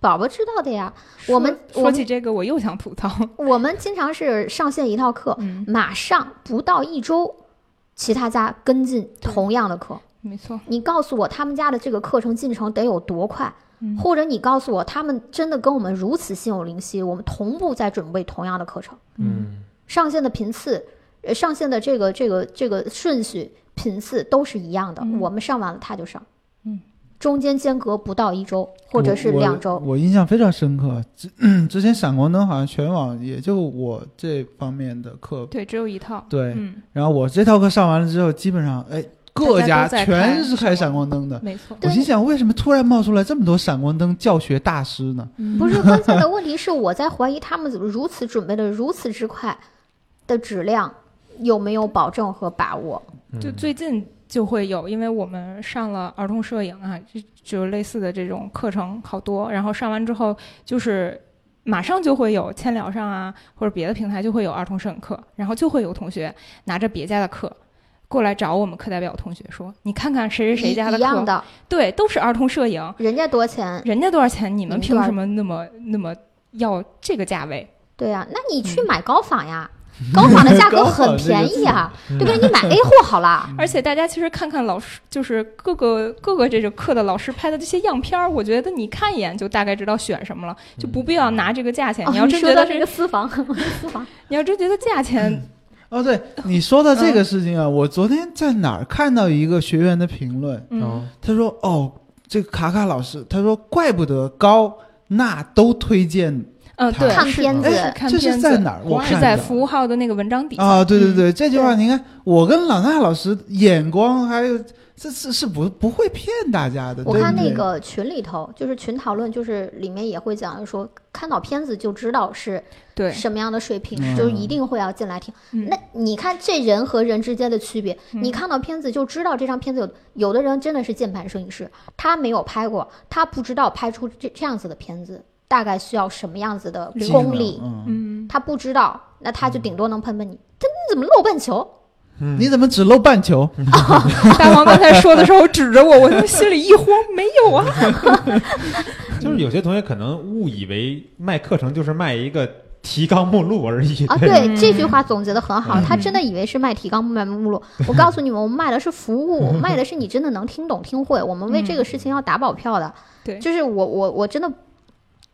宝宝知道的呀，我们说我说们起这个，我又想 (laughs) 吐槽。我们经常是上线一套课，嗯，马上不到一周，其他家跟进同样的课。没错。你告诉我他们家的这个课程进程得有多快，嗯或者你告诉我他们真的跟我们如此心有灵犀，我们同步在准备同样的课程，嗯上线的频次，呃，上线的这个这个这个顺序频次都是一样的，嗯我们上完了他就上，嗯，中间间隔不到一周或者是两我周，我我印象非常深刻，之 (clears throat) 之前闪光灯好像全网也就我这方面的课，对，只有一套。对。嗯，然后我这套课上完了之后，基本上哎，各大家家都在全是开开闪光灯的。没错。我心想，为什么突然冒出来这么多闪光灯教学大师呢？嗯不，是关键的问题是我在怀疑他们如此准备的如此之快的质量有没有保证和把握？嗯，就最近就会有，因为我们上了儿童摄影啊，就就类似的这种课程好多，然后上完之后就是。马上就会有千聊上啊，或者别的平台就会有儿童摄影课，然后就会有同学拿着别家的课过来找我们课代表同学说：“你看看谁谁谁家一的一样课，的，对，都是儿童摄影，人家多钱？人家多少钱，你们们凭多少什么那么那么要这个价位？对呀、那你嗯去买高仿呀，高仿的价格高仿很便宜啊，嗯对不对？你买 A 货好了。嗯而且大家其实看看老师，就是各个各个这个课的老师拍的这些样片儿，我觉得你看一眼就大概知道选什么了，嗯就不必要拿这个价钱。哦你要真说觉到得这是个，私房，私房，你要真觉得价钱，哦， (laughs) 对你说到嗯这个事情啊，我昨天在哪儿看到一个学员的评论，嗯，他说：“哦，这个卡卡老师，他说怪不得高那都推荐，呃，对，看是片子是看哎这是片在子，哪儿？我是看在到服务号的那个文章底下。啊，对嗯对对，这句话你看，我跟老衲老师眼光还有这是是不不会骗大家的。我对看不那对个群里头，就是群讨论，就是里面也会讲说，看到片子就知道是对，什么样的水平，嗯就是一定会要进来听。嗯那你看这人和人之间的区别，嗯你看到片子就知道这张片子有有的人真的是键盘摄影师，他没有拍过，他不知道拍出这这样子的片子大概需要什么样子的流技能功力，嗯，嗯，他不知道，那他就顶多能喷喷你，这你怎么漏半球？嗯你怎么只露半球？大王刚才说的 (laughs) 时候指着我，我就心里一慌，没有啊，就是有些同学可能误以为卖课程就是卖一个提纲目录而 (laughs) 已 (laughs) 啊，对，对，这句话总结的很好，嗯他真的以为是卖提纲不卖目 (laughs) 录。我告诉你们，我们卖的是服务，我们卖的是你真的能听懂听会。我们为这个事情要打保票的。 (laughs) 对就是我我我真的。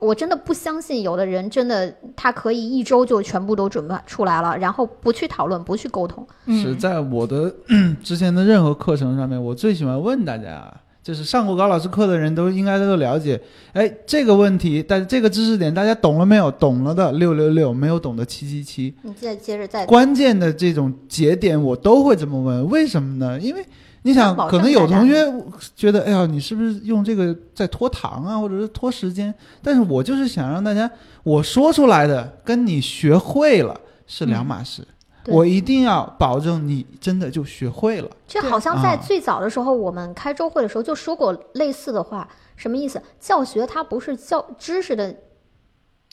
我真的不相信有的人真的他可以一周就全部都准备出来了，然后不去讨论，不去沟通。嗯是在我的 (clears throat) 之前的任何课程上面，我最喜欢问大家，啊就是上过高老师课的人都应该都了解，哎，这个问题，但这个知识点大家懂了没有？懂了的六六六，没有懂的七七七。你再接着再关键的这种节点，我都会这么问，为什么呢？因为你想，保证可能有大家同学觉得，哎呀，你是不是用这个在拖堂啊，或者是拖时间？但是我就是想让大家，我说出来的跟你学会了是两码事。嗯对我一定要保证你真的就学会了。这好像在啊最早的时候，我们开周会的时候就说过类似的话，什么意思？教学它不是教知识的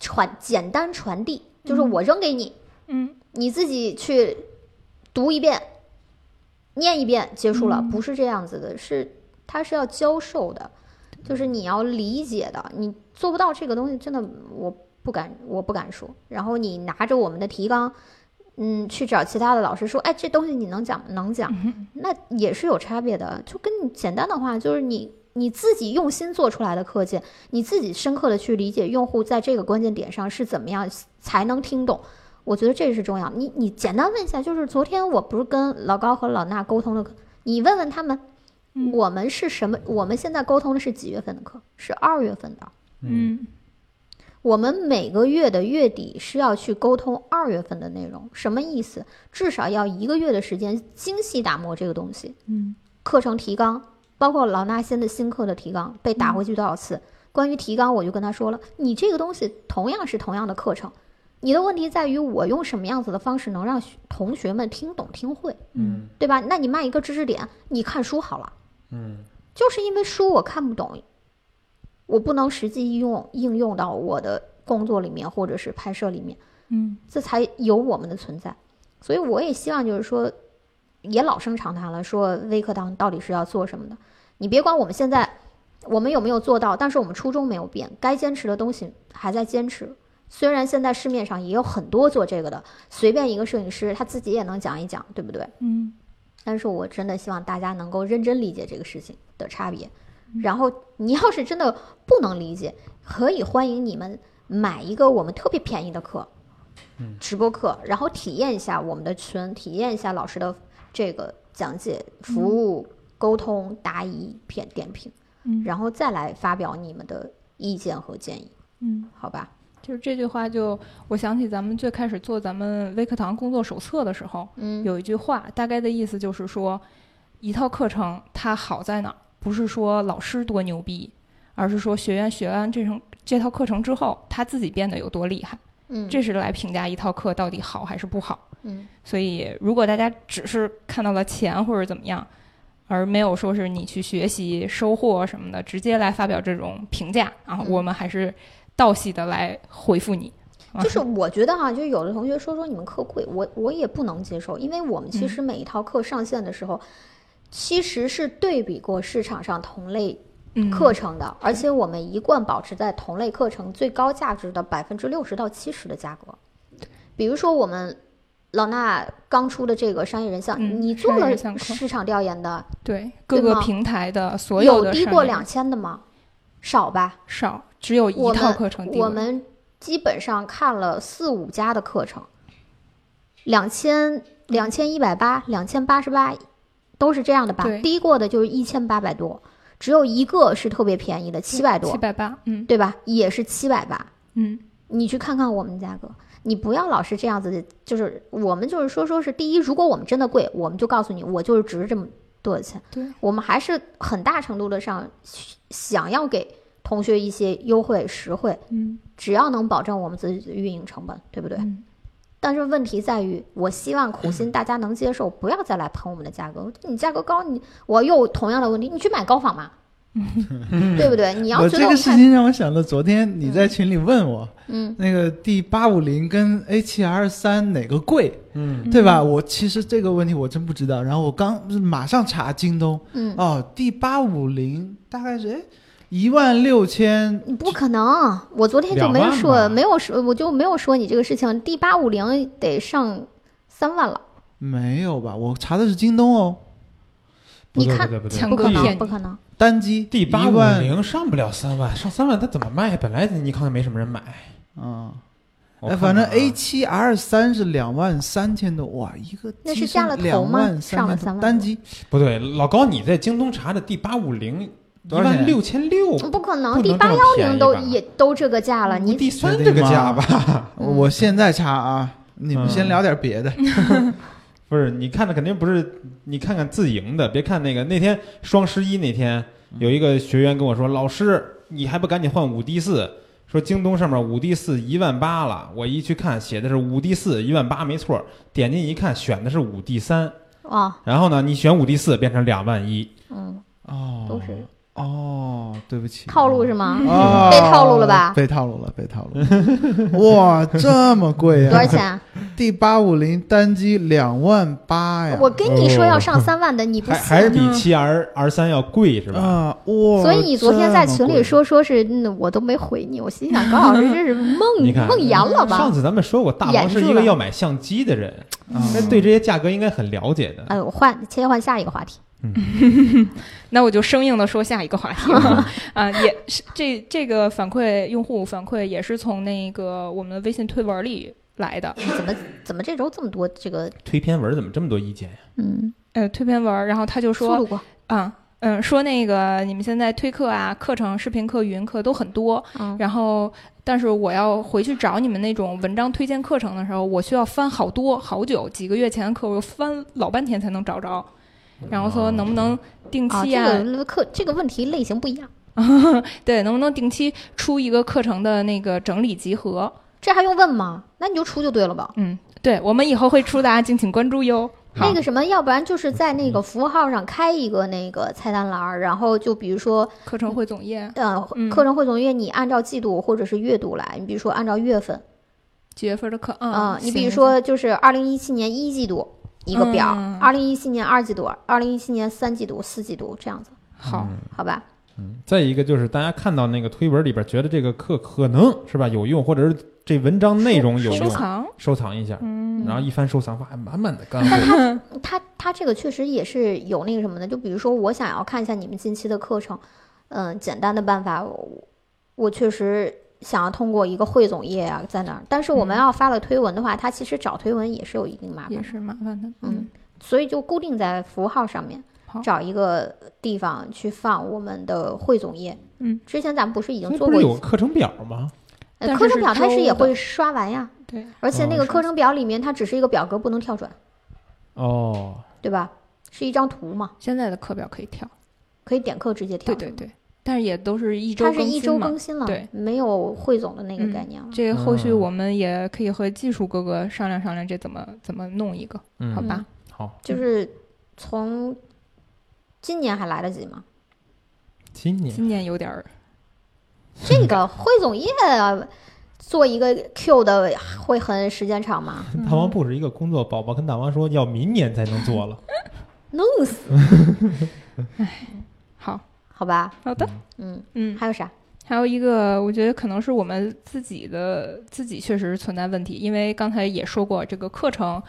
传简单传递，就是嗯我扔给你，嗯，你自己去读一遍、念一遍，结束了，嗯不是这样子的，是它是要教授的，就是你要理解的，你做不到这个东西，真的我不敢，我不敢说。然后你拿着我们的提纲，嗯，去找其他的老师说，哎，这东西你能讲吗？能讲，那也是有差别的。就跟你简单的话，就是你。你自己用心做出来的课件，你自己深刻的去理解用户在这个关键点上是怎么样才能听懂，我觉得这是重要。你你简单问一下，就是昨天我不是跟老高和老衲沟通的，你问问他们，嗯我们是什么？我们现在沟通的是几月份的课？是二月份的。嗯，我们每个月的月底是要去沟通二月份的内容，什么意思？至少要一个月的时间精细打磨这个东西。嗯，课程提纲，包括老衲新的新课的提纲被嗯打回去多少次？关于提纲，我就跟他说了，你这个东西同样是同样的课程，你的问题在于我用什么样子的方式能让学同学们听懂听会，嗯对吧？那你卖一个知识点，你看书好了，嗯就是因为书我看不懂，我不能实际应用应用到我的工作里面或者是拍摄里面，嗯这才有我们的存在。所以我也希望就是说，也老生常谈了，说微课堂到底是要做什么的。你别管我们现在我们有没有做到，但是我们初衷没有变，该坚持的东西还在坚持。虽然现在市面上也有很多做这个的，随便一个摄影师他自己也能讲一讲，对不对？嗯但是我真的希望大家能够认真理解这个事情的差别。嗯然后你要是真的不能理解，可以欢迎你们买一个我们特别便宜的课，嗯直播课，然后体验一下我们的群，体验一下老师的这个讲解、服务、沟通、答疑、片点评，嗯然后再来发表你们的意见和建议，嗯。好吧？就是这句话就，我想起咱们最开始做咱们微课堂工作手册的时候，嗯，有一句话，大概的意思就是说，一套课程它好在哪儿，不是说老师多牛逼，而是说学员学完这种这套课程之后，他自己变得有多厉害，嗯，这是来评价一套课到底好还是不好。嗯所以，如果大家只是看到了钱或者怎么样，而没有说是你去学习收获什么的，直接来发表这种评价啊，嗯我们还是倒系的来回复你。啊就是我觉得哈、就有的同学说说你们课贵，我我也不能接受，因为我们其嗯实每一套课上线的时候，其实是对比过市场上同类嗯课程的，而且我们一贯保持在同类课程最高价值的百分之六十到七十的价格。比如说我们老衲刚出的这个商业人像，嗯你做商业了人像课市场调研的，对各对个吗平台的所有的低上过面两千的吗？少吧？少，只有我一们套课程低我过们基本上看了四五家的课程，两千两千一百八、两千八十八，都是这样的吧对？低过的就是一千八百多，只有一个是特别便宜的，七百七多，百八，嗯对吧？也是七百八。嗯你去看看我们的价格，你不要老是这样子，就是我们就是说说是第一，如果我们真的贵，我们就告诉你，我就是值这么多的钱。对，我们还是很大程度的上想要给同学一些优惠实惠，嗯只要能保证我们自己的运营成本，对不对？嗯但是问题在于，我希望 (clears throat) 苦心大家能接受，不要再来喷我们的价格。你价格高，你我又有同样的问题，你去买高仿嘛，嗯对不对？你要我觉这得个们事太情让我想到昨天你在群里问我，嗯那个 D 八五零跟 A 七 R 三哪个贵，嗯对吧？我其实这个问题我真不知道，然后我刚马上查京东，嗯，哦，D 八五零大概是哎一万六千，你不可能，我昨天就两没万说，吧没有说，我就没有说你这个事情。D 八五零得上三万了，没有吧？我查的是京东哦，不你对看不对不对强不可哥骗能，你不可能。单机，D 八一五万，零上不了三万，上三万它怎么卖？本来尼康也没什么人买。嗯，我哎，看反看正啊 A 七 R 三是两万三千多，哇，一个那是机身下了头两吗万上了千多三万单多机，不对，老高，你在京东查的 D 八五零一多少万钱六千六，不可能哦不，D 能八这幺么便零宜都吧嗯也都这个价了，你第三确这定个吗价吧？嗯我现在查啊，你们嗯先聊点别的。不是，你看的肯定不是，你看看自营的，别看那个那天双十一那天有一个学员跟我说，老师你还不赶紧换五 D 四？说京东上面五 D 四一万八了，我一去看写的是五 D 四一万八没错，点进一看选的是五 D 三，啊，然后呢你选五 D 四变成两万一，嗯，哦，都是哦，对不起，套路是吗？嗯哦被套路了吧被套路了，被套路了。 (laughs) 哇，这么贵呀、多少钱啊？ D 八五零单机两万八呀！我跟你说要上三万的，你不哎哦还还是信。比七 R R 三要贵是吧？啊，哦哇！所以你昨天在群里这么说说是，嗯我都没回你。我心想，高老师这是梦你看梦魇了吧上？次咱们说过，大掩王是住一个了要买相机的人，贵啊那哎对这些价格应该很了解的。哎，我换切换下一个话题。那我就生硬的说下一个话题 (laughs) 啊，也是这这个反馈用户反馈也是从那个我们的微信推文里来的，怎么怎么这周这么多这个推篇文怎么这么多意见呀？嗯呃，推篇文，然后他就速说度过？啊。嗯，说那个你们现在推课啊、课程、视频课、语音课都很多，嗯然后，但是我要回去找你们那种文章推荐课程的时候，我需要翻好多好久，几个月前的课我翻老半天才能找着。然后说能不能定啊，期这呀、个课这个问题类型不一样，对，能不能定期出一个课程的那个整理集合？这还用问吗？那你就出就对了吧？嗯，对，我们以后会出的啊，敬请关注哟。好那个什么，要不然就是在那个服务号上开一个那个菜单栏儿，然后就比如说，课程汇总页呃，嗯课程汇总月你按照季度或者是月度来，你比如说按照月份，几月份的课啊，啊？你行比如行说就是二零一七年一季度一个表嗯，二零一七年二季度，二零一七年三季度、四季度这样子，嗯好，好吧？再一个就是大家看到那个推文里边，觉得这个课可能是吧有用，或者是这文章内容有收用，藏，收藏一下，嗯然后一翻收藏，哇，满满的干货。它它这个确实也是有那个什么的，就比如说我想要看一下你们近期的课程，嗯，简单的办法，我我确实想要通过一个汇总页啊，在那儿，但是我们嗯要发了推文的话，它其实找推文也是有一定麻也烦，是麻烦的，嗯，所以就固定在服务号上面好找一个地方去放我们的汇总页。嗯，之前咱们不是已经那做不过是一有个课程表吗？呃但课是程是表，它是周也的会刷完呀，对，而且哦那个是课程表里面它只是一个表格，不能跳转，哦，对吧？是一张图嘛，现在的课表可以跳，可以点课直接跳。对对对，但是也都是一周它更是新嘛。一周更新了，对没有汇总的那个嗯概念了。这个后续嗯我们也可以和技术哥哥商量商量，这怎么怎么弄一个，好嗯，吧？好，就是从今年还来得及吗？今年今年有点儿，这 (laughs) 个汇总页啊做一个 Q 的会很时间长吗？大王布置一个工作，宝宝跟大王说要明年才能做了。弄死，好好吧？好的，嗯，嗯，还有啥？还有一个，我觉得可能是我们自己的自己确实存在问题，因为刚才也说过，这个课程，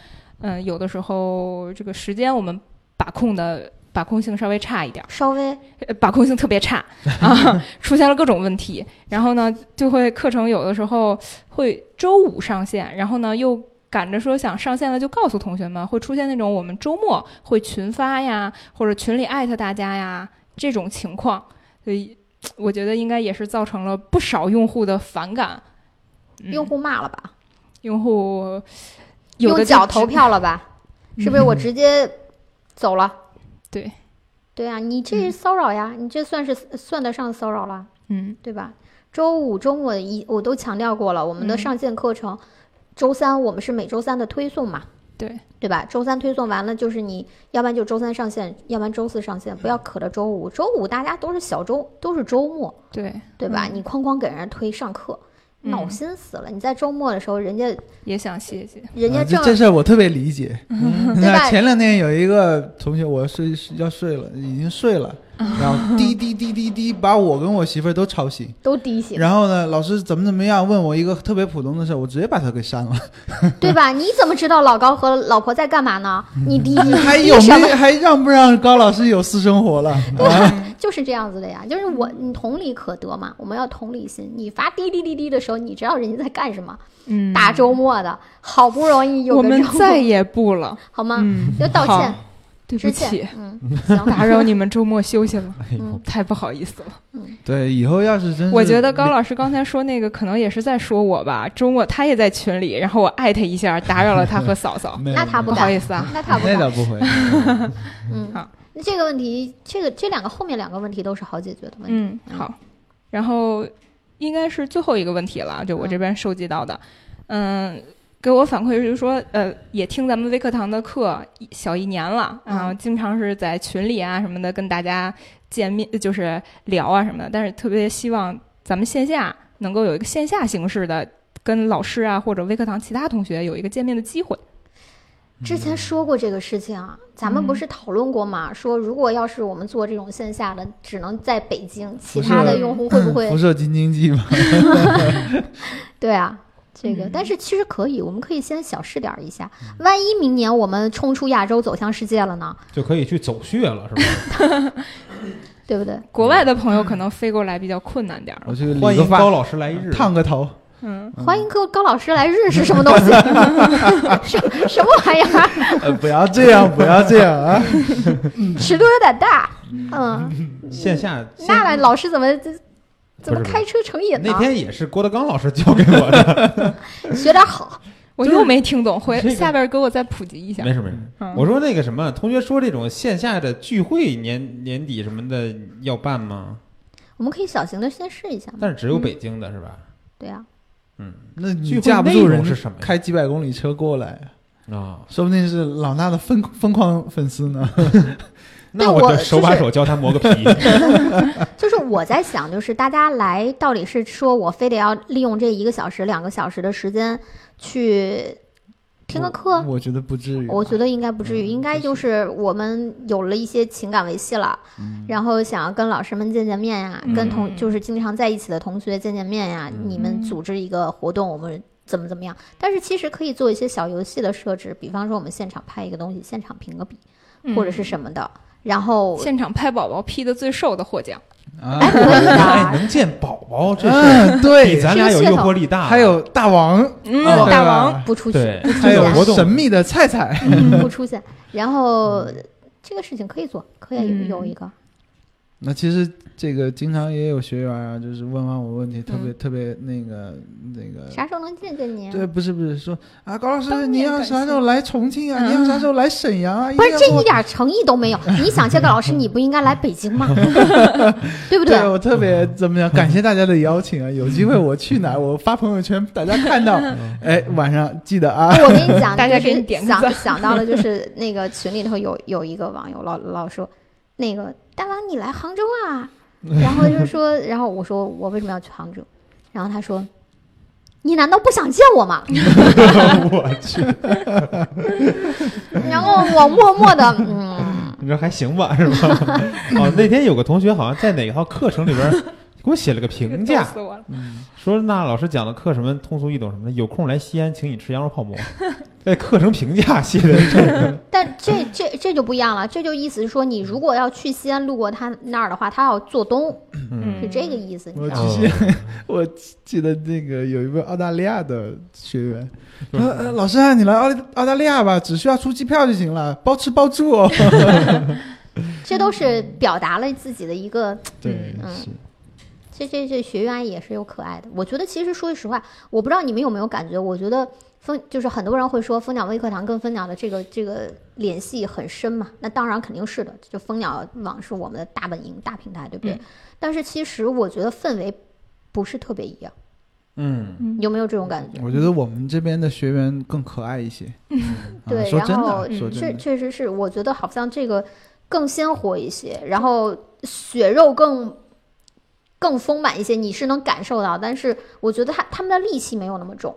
嗯，有的时候这个时间我们把控的把控性稍微差一点儿，稍微呃把控性特别差 (laughs) 啊，出现了各种问题，然后呢，就会课程有的时候会周五上线，然后呢又。赶着说想上线了就告诉同学们，会出现那种我们周末会群发呀，或者群里艾特大家呀这种情况，所以我觉得应该也是造成了不少用户的反感。嗯用户骂了吧？用户有用的就脚直投，票了吧？ (laughs) 是不是我直接走了？对，对啊，你嗯这是骚扰呀，你这算是算得上骚扰了，嗯，对吧？周五中午一我都强调过了，我们的嗯上线课程，周三我们是每周三的推送嘛，对对吧？周三推送完了，就是你要不然就周三上线，要不然周四上线，嗯不要可着周五。周五大家都是小周，都是周末，对对吧？嗯你哐哐给人家推上课，嗯闹心死了。你在周末的时候，人家也想谢谢，人家啊正这这事儿我特别 (laughs) 理解。你对吧看前两天有一个同学，我睡要睡了，已经睡 (laughs) 了，然后滴滴滴滴滴把我跟我媳妇儿都吵 (laughs) 醒。都低行，然后呢，老师怎么怎么样问我一个特别普通的事儿，我直接把他 (laughs) 给删了。对吧？你怎么知道老高和老婆在干嘛呢？你低 (laughs) 你还低有什么嗯哎没？还让不让高老师有私生活了？ (laughs) 啊，就是这样子的呀，就是我嗯你同理可得嘛，我们要同理心。你发滴滴滴滴的时候，你知道人家在干什么？嗯大周末的，好不容易有我个们周末再也不了，好吗？嗯，要道歉，好对不致起歉。， (laughs) 嗯，行，打扰你们周末休息了，哎呦，嗯太不好意思了。对，以后要是真是我觉得高老师刚才说那个，可能也是在说我吧。周末他也在群里，然后我艾特一下，打扰了他和嫂嫂，没有那他没不有好意思啊。那他不那倒干，不会。嗯好，那这个问题，这个这两个后面两个问题都是好解决的问题。嗯，好。然后应该是最后一个问题了，就我这边收集到的，嗯。给我反馈是说，呃，也听咱们微课堂的课一小一年了，嗯啊，经常是在群里啊什么的跟大家见面，就是聊啊什么的。但是特别希望咱们线下能够有一个线下形式的，跟老师啊或者微课堂其他同学有一个见面的机会。之前说过这个事情啊，咱们不嗯是讨论过吗？说如果要是我们做这种线下的，只能在北京，其他的用户会不会辐射京津冀嘛，对啊，这嗯个，但是其实可以，我们可以先小试点儿一下，万一明年我们冲出亚洲走向世界了呢，就可以去走穴了，是吧？对不对？国外的朋友可能飞过来比较困难点儿我了。去理欢个迎高发，老师来一日，烫个头。嗯，欢迎高高老师来认识什 (laughs) 么东西？什什么玩意儿？ (laughs) 呃，不要这样，不要这样 (laughs) 啊！尺度有点大。 (laughs) 嗯，线下线那老师怎么怎么不是开车成瘾呢那？天也是郭德纲老师教给我的， (laughs) 学点好，我就是又没听懂，回这个下边给我再普及一下。没事没事。嗯我说那个什么，同学说这种线下的聚会年年底什么的要办吗？我们可以小型的先试一下嘛。但是只有北京的是吧？对啊，那聚你会架不内住容人是什么呀开几百公里车过来，啊，说不定是老衲的疯疯狂粉丝呢。那我得就手把是手教他磨个 (laughs) 皮。就是我在想，就是大家来到底是说我非得要利用这一个小时、两个小时的时间去听个课，我觉得不至于吧。我觉得应该不至于，嗯应该就是我们有了一些情感维系了，然后想要跟老师们见见面呀、嗯跟同就是经常在一起的同学见见面呀、嗯你们组织一个活动，我们怎么怎么样？但是其实可以做一些小游戏的设置，比方说我们现场拍一个东西，现场评个比，或者是什么的，然后嗯现场拍宝宝 P 的最瘦的获奖，啊，哎可以哎，的，能见宝宝，这是嗯，对比，咱俩有诱惑力大。 (laughs) 还有大王，嗯啊大对吧王，王不出对去，不，出还现有活动神秘的菜菜，不出现，然后这个事情可以做，可以嗯有一个，那其实这个经常也有学员啊，就是问完我问题，特别、特别那个那个。啥时候能见见你啊？对，不是不是说啊，高老当师，面你要感啥时谢候来重庆啊？嗯你要啥时候来沈阳啊？不是定要这跟我一点诚意都没 (laughs) 有。你想，这个老师你不应该来北京吗？对不对？对我特别怎么样？感谢大家的邀请啊！有机会我去哪儿，我发朋友圈，大家看到，嗯 (laughs) 哎，晚上记得啊。我跟 (laughs) 你讲，大家就是给你点个想赞想到了，就是那个群里头有有一个网友老老说，那个大王你来杭州啊，然后就说，然后我说我为什么要去杭州？然后他说，你难道不想见我 (laughs) 吗？我去，然后我默默的，嗯，你说还行吧，是吧？ (laughs) 哦，那天有个同学好像在哪套课程里边儿 (laughs) 给我写了个评逗价，死我了！说那老师讲的课什么通俗易懂什么的，有空来西安请你吃羊肉泡馍。 (laughs) 在课程评价写的 (laughs) 这个，但这这这就不一样了，这就意思是说，你如果要去西安路过他那儿的话，他要做东，嗯，是这个意思，你我知道去吗？西安，我记得那个有一位澳大利亚的学员，他说：“呃老师啊，你来澳澳大利亚吧，只需要出机票就行了，包吃包住哦。这都是表达了自己的一个， (laughs) 对嗯是这这这学员也是有可爱的。我觉得其实说句实话，我不知道你们有没有感觉，我觉得蜂就是很多人会说蜂鸟微课堂跟蜂鸟的这个这个联系很深嘛，那当然肯定是的，就蜂鸟网是我们的大本营、大平台，对不对？嗯但是其实我觉得氛围不是特别一样，嗯，你有没有这种感觉？我觉得我们这边的学员更可爱一些。啊嗯对，说真然后嗯的，说确真的，确实是，我觉得好像这个更鲜活一些，然后血肉更更丰满一些，你是能感受到，但是我觉得他他们的戾气没有那么重。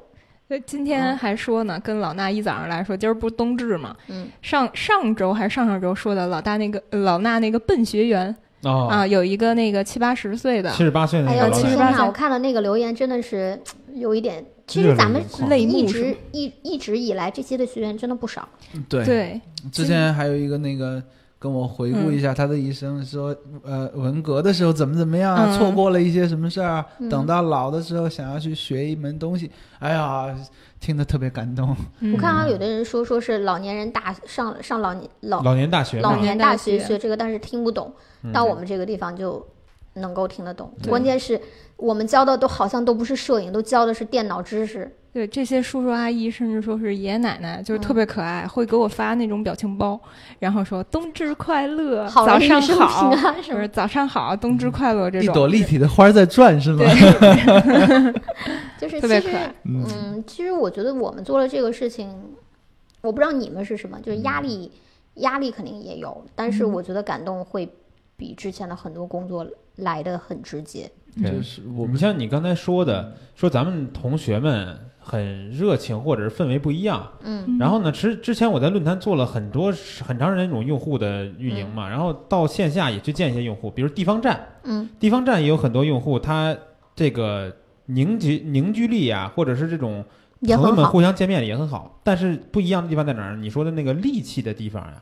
对，今天还说呢，跟老衲一早上来说，今儿不是冬至嘛，嗯，上上周还是上上周说的老大那个呃老衲那个笨学员哦，啊，有一个那个七八十岁的七，十八岁那哎个呦老天板， 78呐，岁我看了那个留言，真的是有一点。其热实泪咱们盈眶泪一目是直吗一一直以来这些的学员真的不少，对对，之前还有一个那个跟我回嗯顾一下他的一生，说呃文革的时候怎么怎么样啊，嗯错过了一些什么事儿啊，嗯等到老的时候想要去学一门东西，哎呀，听得特别感动。嗯我看好像有的人说说是老年人大上上老年老老年大学老嘛，年年大大学学学这个，但是听不懂，嗯到我们这个地方就能够听得懂。对关键是我们教的都好像都不是摄影，都教的是电脑知识。对这些叔叔阿姨，甚至说是爷爷奶奶，就是特别可爱，会给我发那种表情包，然后说“冬至快乐”，好呃早人一上生啊好，平安是就吧是早上好，冬至快乐这一种。朵立体的花儿在转是吗？ (laughs) 对，就是其特别实可爱，嗯，其实我觉得我们做了这个事情，我不知道你们是什么，就是嗯压力，压力肯定也有，但是我觉得感动会比之前的很多工作来的很直接。对就是我我们们像你刚才说的，说咱们同学们很热情，或者是氛围不一样。嗯，嗯然后呢，之之前我在论坛做了很多很长时间那种用户的运营嘛，然后到线下也去见一些用户，比如地方站，嗯，地方站也有很多用户，他这个凝聚凝聚力啊，或者是这种也朋友很们好。互相见面也很好。但是不一样的地方在哪儿？你说的那个戾气的地方啊，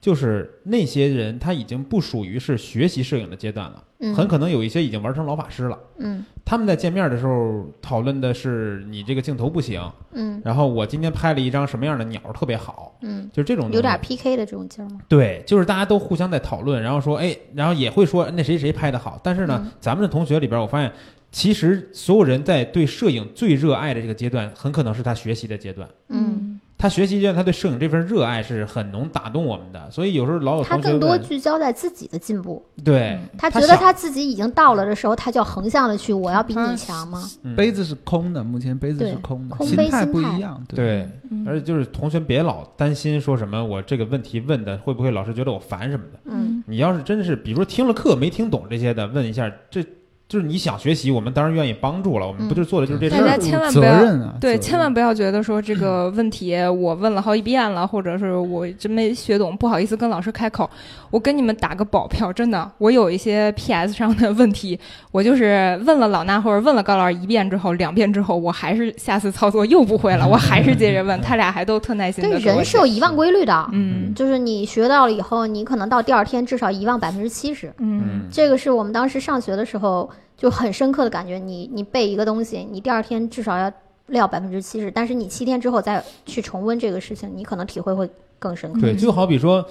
就是那些人他已经不属于是学习摄影的阶段了，嗯很可能有一些已经玩成老法师了。嗯他们在见面的时候讨论的是你这个镜头不行，嗯然后我今天拍了一张什么样的鸟儿特别好，嗯，就是这种东有西点 PK 的这种劲儿吗？对，就是大家都互相在讨论，然后说哎，然后也会说那谁谁拍的好，但是呢，嗯咱们的同学里边，我发现其实所有人在对摄影最热爱的这个阶段，很可能是他学习的阶段，嗯，他学习阶段他对摄影这份热爱是很能打动我们的，所以有时候老有他哦同学更多问聚焦在自己的进步，对他他觉得想他自己已经到了的时候，他就要横向的去，我要比你强吗？嗯杯子是空的，目前杯子是空的，空心杯态心不态一样，对，嗯而且就是同学别老担心说什么我这个问题问的会不会老师觉得我烦什么的。嗯，你要是真是比如说听了课没听懂这些的，问一下，这就是你想学习，我们当然愿意帮助了，我们不就做的嗯就是这大事家儿。千万责不要任啊，对，责任千万不要觉得说这个问题我问了好几遍了，或者是我真没学懂，不好意思跟老师开口。我跟你们打个保票，真的，我有一些 PS 上的问题，我就是问了老衲或者问了高老师一遍之后，两遍之后，我还是下次操作又不会了，我还是接着问，他俩还都特耐心对，的。人是有遗忘规律的，嗯就是你学到了以后，你可能到第二天至少遗忘百分之七十。嗯嗯，这个是我们当时上学的时候就很深刻的感觉，你你背一个东西，你第二天至少要撂百分之七十，但是你七天之后再去重温这个事情，你可能体会会更深刻。对， (laughs) 嗯就好比说，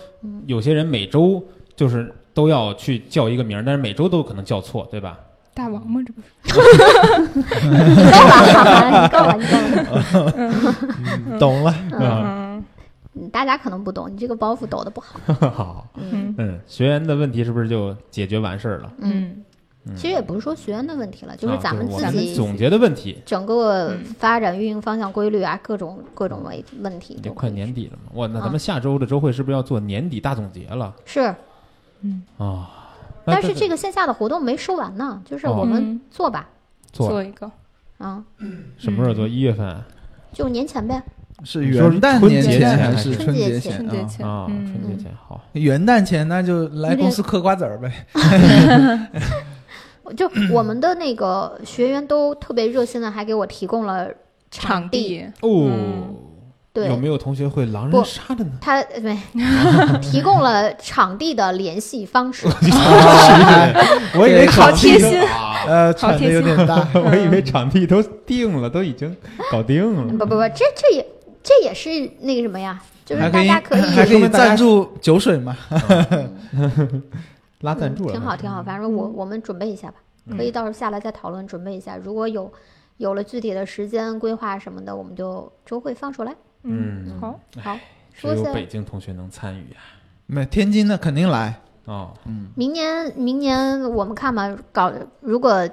有些人每周就是都要去叫一个名儿，但是每周都有可能叫错，对吧？大王吗？这不是你够了，你够了，你够了。嗯懂了。啊、嗯大家可能不懂，你这个包袱抖的不好。 (laughs) 好，嗯嗯，学员的问题是不是就解决完事儿了？嗯，嗯嗯其实也不是说学员的问题了，就是啊咱们我自己总结的问题。整个嗯发展运营方向规律啊，各种各种问问题已都经快可以年底了嘛，哇，那啊咱们下周的周会是不是要做年底大总结了是，啊？那但是这个个线下的活动没说完呢，就是哦我们嗯做吧，做做一个啊，什么时候做？一月份啊就年前呗，是你说是元旦春年节前前还还是是春节节前春节啊？前啊，春节嗯前好，元旦前那就来公司嗑瓜子儿 (laughs) 呗。就我们的那个学员都特别热心的，还给我提供了场地，地，哦嗯，有对没有同学会狼不人杀的呢？他没 (laughs) 提供了场地的联系 (laughs) 方式，我以为好场贴地都心，呃，好喘贴的有心点大。我以为场地都定了，都已经搞定了不。不不，这这也这也是那个什么呀，就是还可大以家可以还可以赞助酒水嘛？拉赞助了，嗯嗯挺好，挺好。反正我我们准备一下吧，可以到时候下来再讨论，准备一下。如果有有了具体的时间规划什么的，我们就周会放出来。嗯，好，好，只说有下北京同学能参与啊。没，天津的肯定来。哦，明年明年我们看吧，搞如果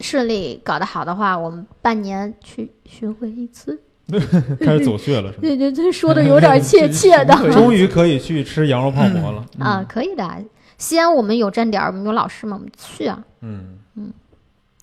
顺利搞得好的话，我们半年去巡回一次。 (laughs) 开始走穴了是 (laughs) 吗？对对对，说的 (laughs) 有点怯怯的终于可以去吃羊肉泡馍了。啊，可以的。西安我们有站点儿，我们有老师嘛，我们去啊， (laughs) 嗯哦嗯，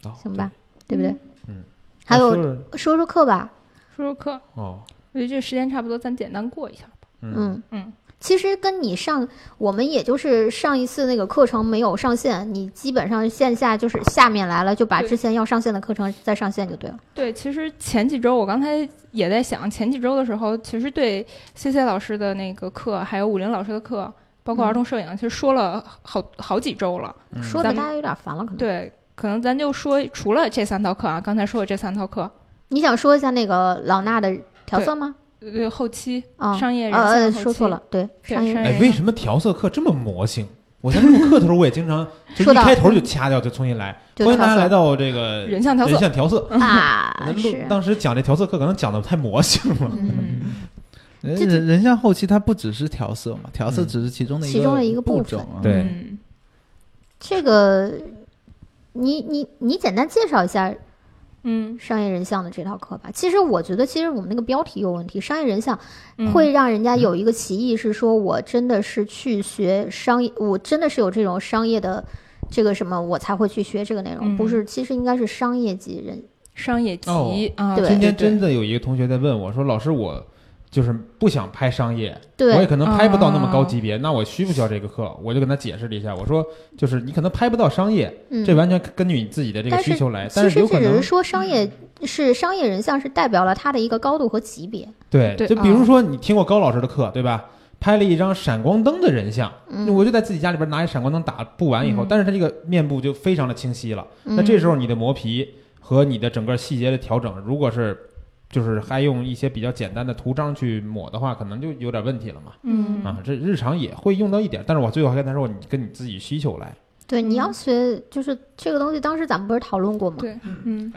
好行吧？，对不对？嗯。还有说说说说课吧，说说课。哦，我觉得这时间差不多，咱简单过一下。嗯嗯，其实跟你上，我们也就是上一次那个课程没有上线，你基本上线下就是下面来了，就把对之前要上线的课程再上线就对了。对，其实前几周我刚才也在想，前几周的时候，其实对 C C 老师的那个课，还有武林老师的课，包括嗯儿童摄影，其实说了好好几周了。嗯说的咱大们家有点烦了，可能。对，可能咱就说除了这三套课啊，刚才说的这三套课，你想说一下那个老衲的调色吗？呃，后期啊，商业人呃性呃，后说错期了，对，对商业商人业哎，为什么调色课这么魔性？ (laughs) 我在录课的时候，我也经常就说一到开头就掐掉，就重新来。就欢迎大家调来色到这个人像调人色。像调色。啊 (laughs) 那，录是，当时讲这调色课，可能讲的太魔性了。嗯，人这人人像后期它不只是调色嘛，调色嗯只是其中的一其中的一一个部步分骤啊。对嗯这个你你你简单介绍一下嗯商业人像的这套课吧。其实我觉得，其实我们那个标题有问题，商业人像。嗯，会让人家有一个歧义，是说我真的是去学商业，我真的是有这种商业的这个什么，我才会去学这个内容，嗯不是，其实应该是商业级人，商业集哦啊，对今天真对的有一个同学在问我说：“老师，我就是不想拍商业，我也对，嗯可能拍不到那么高级别，那我需不需要这个课？”我就跟他解释了一下，我说：“就是你可能拍不到商业，嗯，这完全根据你自己的这个但是需求来，但是其实有这可只能是说商嗯业是商业人像是代表了他的一个高度和级别，对，对就比如说你听过高老师的课，对吧？”拍了一张闪光灯的人像，嗯，我就在自己家里边拿一闪光灯打布完以后，嗯但是他这个面部就非常的清晰了。那嗯这时候你的磨皮和你的整个细节的调整，如果是就是还用一些比较简单的图章去抹的话，可能就有点问题了嘛。嗯啊，这日常也会用到一点，但是我最后还跟他说，你跟你自己需求来。对，你要嗯学就是这个东西，当时咱们不是讨论过吗？对嗯，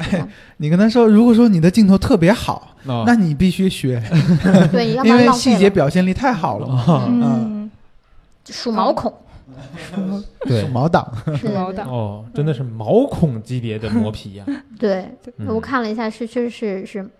你跟他说，如果说你的镜头特别好，哦那你必须学，对，你要不因然为浪费细了节表现力太好了嘛。哦嗯，数毛孔，对手毛党，对对嗯毛对的哦，真的是毛孔级别的磨皮呀、啊对，嗯哦我看了一下，是确实是是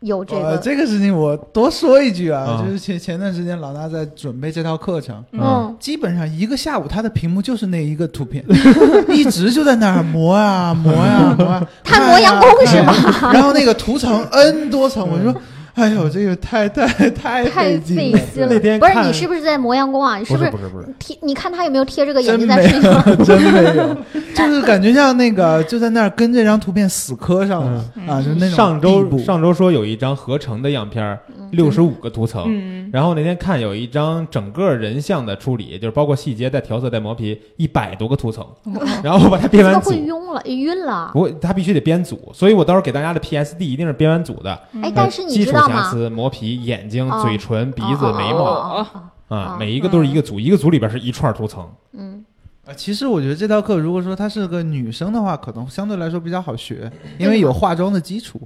有这呃，个，这个事情我多说一句啊，啊就是前前段时间老大在准备这套课程，嗯嗯，基本上一个下午他的屏幕就是那一个图片， (laughs) 一直就在那儿磨啊磨啊磨啊，他看磨洋工呀是吗看呀然后那个图层 N 多层，我说，哎呦，这个太太太太劲费了。心那天了。不是看你是不是在磨洋工啊？你不不是是不是不是，贴？你看他有没有贴这个眼真睛没在睡 (laughs) 觉？有，真没有， (laughs) 就是感觉像那个就在那儿跟这张图片死磕上了、嗯啊，就那种上地周步上周说有一张合成的样片，嗯六十五个图层。嗯，然后那天看有一张整个人像的处理，就是包括细节、带调色、带磨皮，一百多个图层，哦然后我把它编这个完会啊组，晕了，晕了。不，它必须得编组，所以我到时候给大家的 PSD 一定是编完组的，哎嗯，但是你基础知瑕道吗？疵、磨皮、眼睛、哦嘴唇、鼻子、哦眉哦毛哦哦哦啊哦，每一个都是一个组，一个组里边是一串图层。嗯，啊，其实我觉得这道课如果说她是个女生的话，可能相对来说比较好学，因为有化妆的基础，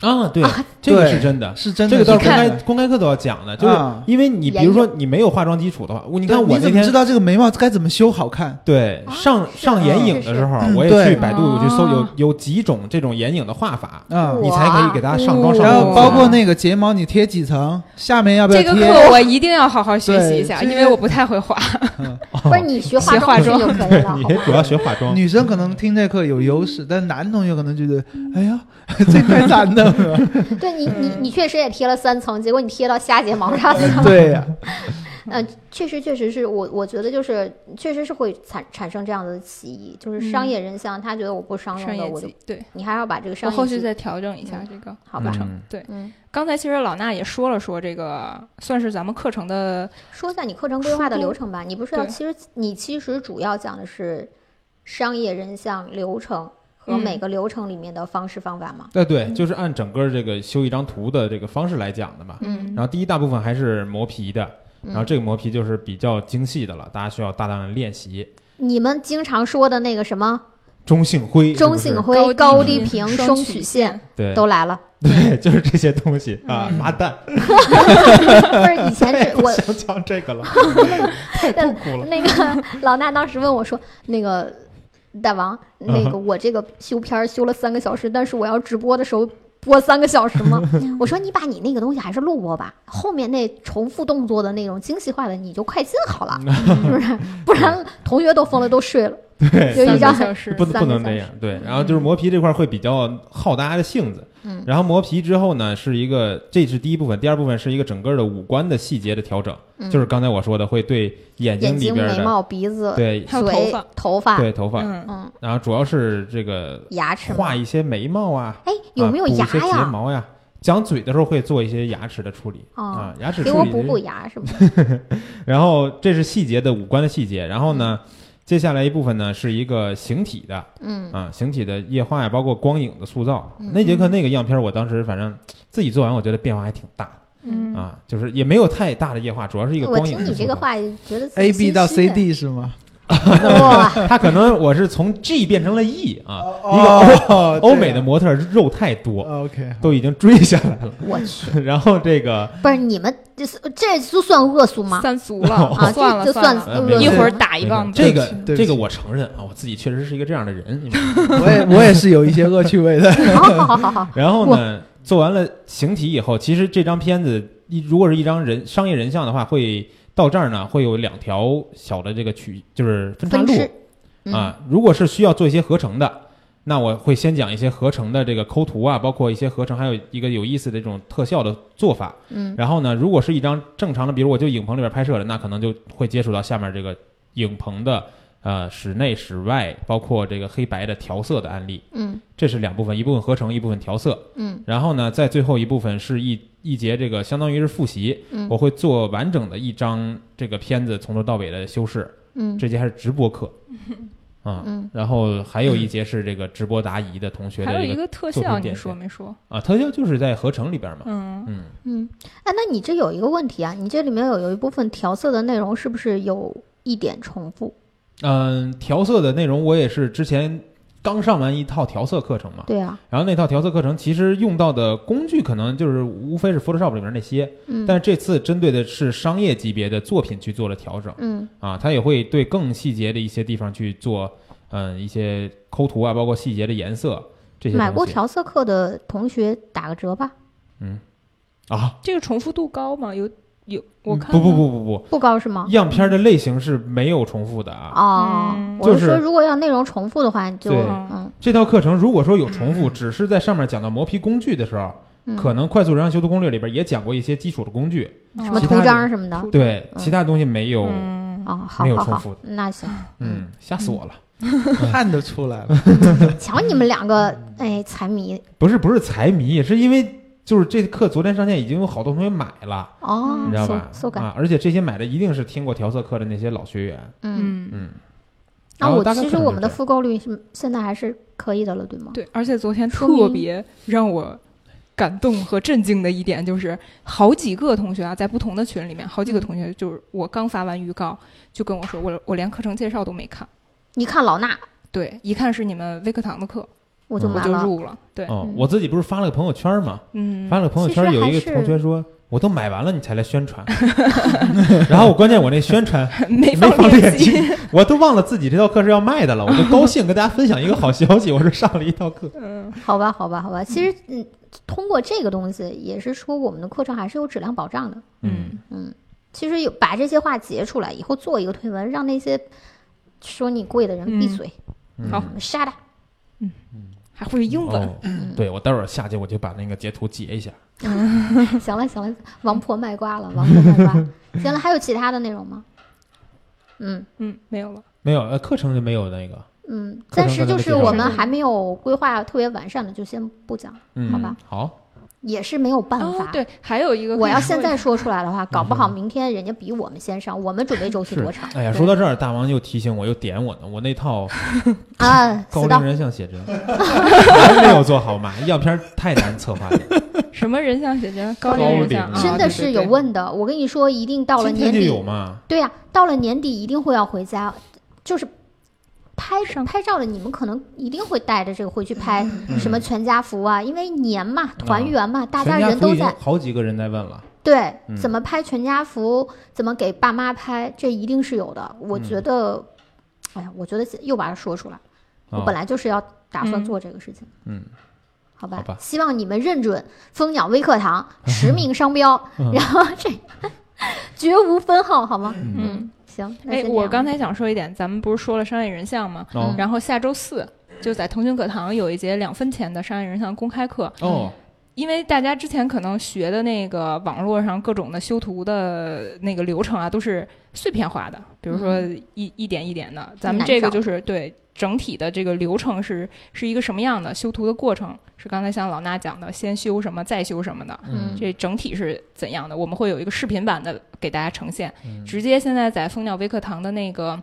啊，对啊，这个对是真的。是真的。这个倒是是公真开的公开课都要讲的，就是啊因为你比如说你没有化妆基础的话，我你看对我那怎么知天道这个眉毛该怎么修好看？对啊上是上啊眼是影的是哦时候嗯，我也对去百度去搜有啊有几种这种眼影的画法，啊我，你才可以给大家上妆上然妆啊后哇包括那个睫毛你贴几层，下面要不要这贴？个课我一定要好好学习对一下，这因为我不太会画。不是你学化学化妆就可 (laughs) 以了，好你吧？主要学化妆，嗯女生可能听这课有优势，但男同学可能觉得，哎呀，这块咋弄 (laughs) 啊？ (laughs) 对你你你确实也贴了三层，结果你贴到下睫毛上去了。 (laughs) 对呀、呃，确实，确实是我，我觉得就是，确实是会产产生这样的歧义，就是商嗯业人像，他觉得我不商商用的，业啊我就级，对你还要把这个商我业后续级再调整一下这个。好吧？嗯嗯，刚才其实老衲也说了说这个，算是咱们课程 (laughs) 的说一下你课程规划的初流衷程吧。你不是要，对其实你其实主要讲的是商业人像流程和嗯每个流程里面的方式方法吗？对呃对，就是按整个这个修一张图的这个方式来讲的嘛。嗯然后第一大部分还是磨皮的，然后嗯，这个磨皮就是比较精细的了，大家需要大量的练习。你们经常说的那个什么中性灰，中性灰，灰、高高低低频频、双双曲曲线对都来了。对， (laughs) 就是这些东西啊，麻蛋，不是以前 (laughs) (laughs) 是嗯哎我想讲这个了，太痛苦了。 (laughs) 那个老衲当时问我说：“那个大王，那嗯个我这个修片儿修了三个小时，但是我要直播的时候播三个小 (laughs) 时吗？”我说：“你把你那个东西还是录播吧，后面那重复动作的那种精细化的你就快进好 (laughs) 了，是不是？不然同学都疯了，都睡了。对，就一三张个小时不，能嗯三不个能小那时样，对。然后就是磨皮这块儿会比较耗大家的性子，嗯然后磨皮之后呢，是一个这是第一部分，第二部分是一个整个的五官的细节的调整，嗯就是刚才我说的会对眼眼睛里睛、边眉的毛、鼻子、对还有头嘴发、头发、对头发，嗯，嗯，然后主要是这个牙齿嘛画。一些眉毛啊，哎，有啊没有补一牙些睫呀？毛呀。讲嘴的时候会做一些牙齿的处理哦啊，牙齿给处我理补这补牙什么的。然后这是细节的五官的细节，然后呢，接下来一部分呢是一个形体的嗯啊，形体的液化呀，包括光影的塑造。那节课那个样片，我当时反正自己做完，我觉得变化还挺大嗯的啊，就是也没有太大的液化，主要是一个我光影听的你塑这个造。话，觉得自己，A B 到心虚 C 哎 D 是吗？哇， (laughs) 他可能我是从 G 变成了 E 啊，一个哦欧美的模特儿肉太多， ，OK，都已经追下来 (laughs) 了。我去，然后这个不是你们这是这就算恶俗吗？(laughs) 算足了，啊，算了这就算算呃了，没恶事一俗嗯会儿打一棒子。这哦个对不起对不这起个我承认啊，我自己确实是一个这样的人。你们 (laughs) 我也我也是有一些恶趣味的。 (laughs) 好好好好 (laughs) 好，然后呢，做完了形体以后，其实这张片子一如果是一张人商业人像的话，会到这儿呢会有两条小的这个曲，就是分岔分路支嗯啊。如果是需要做一些合成的，那我会先讲一些合成的这个抠图啊，包括一些合成，还有一个有意思的这种特效的做法。嗯然后呢，如果是一张正常的，比如我就影棚里边拍摄的，那可能就会接触到下面这个影棚的呃室内、室外，包括这个黑白的调色的案例。嗯这是两部分，一部分合成，一部分调色。嗯然后呢，在最后一部分是一一节这个相当于是复习，嗯我会做完整的一张这个片子从头到尾的修饰。嗯这节还是直播 (laughs) 课，啊、嗯然后还有一节是这个直播答疑的同学还有的一个个特作品效，你点说评没说？啊，特效就是在合成里边嘛，嗯，嗯，嗯，哎，那你这有一个问题啊，你这里面有有一部分调色的内容是不是有一点重复？嗯，调色的内容我也是之前刚上完一套调色课程嘛，对啊，然后那套调色课程其实用到的工具可能就是无非是 Photoshop 里面那些，嗯，但是这次针对的是商业级别的作品去做了调整嗯啊，它也会对更细节的一些地方去做，嗯，一些抠图啊，包括细节的颜色这些东西。买过调色课的同学打个折吧，啊？这个重复度高吗？有有，我看嗯不不到，不不不，不高是吗？样片的类型是没有重复的啊。哦，嗯我就是说，如果要内容重复的话，你就对嗯这套课程如果说有重复，只是在上面讲到磨皮工具的时候，嗯，可能快速人像修图攻略里边也讲过一些基础的工具，什么其图他的章什么的，哦，对，嗯其他东西没有，嗯，啊好没有好重好复，那 (laughs) 行，嗯，吓死我了。看得出来了。瞧你们两个，哎，财迷不是不是财迷，是因为就是这课昨天上线已经有好多同学买了，哦，你知道吧？搜搜感，啊，而且这些买的一定是听过调色课的那些老学员，嗯，嗯，嗯。那然后我大概其可实能我是们的这样复购率是现在还是可以的了，对吗？对，而且昨天说明特别让我。感动和震惊的一点就是，好几个同学啊，在不同的群里面，好几嗯个同学就是我刚发完预告，就跟我说，我我连课程介绍都没看，你看老衲，对，一看是你们微课堂的课，我就嗯我买就了，入了，对，哦嗯，我自己不是发了个朋友圈嘛，嗯， (laughs) 发了个朋友圈，其实有还一个是同学说。我都买完了，你才来宣传， (laughs) 然后我关键我那宣传，没没放链链接， (laughs) 我都忘了自己这套课是要卖的了，我就高兴跟大家分享一个好消息，我是上了一套课， (laughs) 嗯，好吧，好吧，好吧。其实，嗯，通过这个东西，也是说我们的课程还是有质量保障的。嗯，其实有把这些话截出来以后，做一个推文，让那些说你贵的人嗯闭嘴，嗯好杀他。还会英文，哦，对我待会儿下去我就把那个截图截一下。行了，行了，王婆卖瓜了，王婆卖瓜。行了，还有其他的内容吗？嗯嗯，没有了，没有，呃，课程就没有那个，嗯，课程暂时刚才就没是介绍我什们么还没有规划特别完善的，就先不讲，嗯，好吧，好，也是没有办法。哦，对，还有一个可以我要说现一在下说出来的话，搞不好明天人家比我们先上。我们准备周嗯期是多长哎呀，对说到这儿，大王又提醒我，又点我呢，我那 (laughs) 套啊？高龄死党人像写 (laughs) 真还没有做好嘛，样片儿太难策划了，什么人像写真，高高龄人龄像，啊真对的对是对有问的。我跟你说，一定到了今年天就底，有嘛，对呀、到了年底一定会要回家，就是拍上拍照的，你们可能一定会带着这个回去拍什么全家福啊，因为年嘛，团圆嘛，大家嗯全人福都已经在，好几个人在问了，对嗯，怎么拍全家福，怎么给爸妈拍，这一定是有的。嗯我觉得，哎呀，我觉得又把它说出来，我啊本来就是要打算嗯做这个事情。嗯，好吧，好吧希望你们认准蜂鸟微课堂 (laughs) 实名商标，嗯 (laughs) 然后这绝无分号，好吗？嗯，嗯，行，那哎，先这我样刚才想说一点，咱们不是说了商业人像吗？哦然后下周四就在腾讯课堂有一节两分钱的商业人像公开课，哦，因为大家之前可能学的那个网络上各种的修图的那个流程啊，都是碎片化的，比如说一、一点一点的，咱嗯们难这个找就是对整体的这个流程是是一个什么样的修图的过程，是刚才像老衲讲的，先修什么再修什么的，嗯这整体是怎样的？我们会有一个视频版的给大家呈现，嗯直接现在在蜂鸟微课堂的那个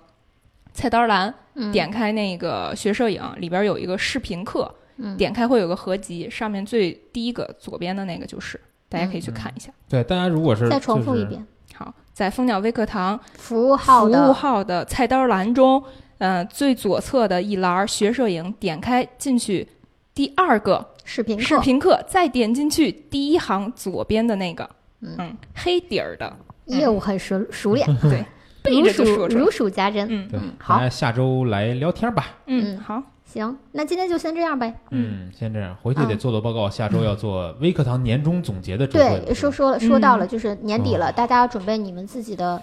菜单栏嗯点开那个学摄影，里边有一个视频课，嗯点开会有个合集，上面最第一个左边的那个就是，大家可以去看一下。对，大家如果是再重复就一是遍，好，在蜂鸟微课堂服务服号务的号的菜单栏中，呃，最左侧的一栏儿学摄影，点开进去，第二个视频课，视频课，再点进去第一行左边的那个，嗯嗯，黑底儿的，业务很熟熟练，对， (laughs) 背如着数就说出来如。数家珍。嗯对嗯，好大家下周来聊天吧，嗯，嗯好，行，那今天就先这样呗。嗯，先这样，回去得嗯做做报告，下周要做微课堂年终总结的周会了，对，说说了说到嗯了，就是年底了，大家要准备你们自己的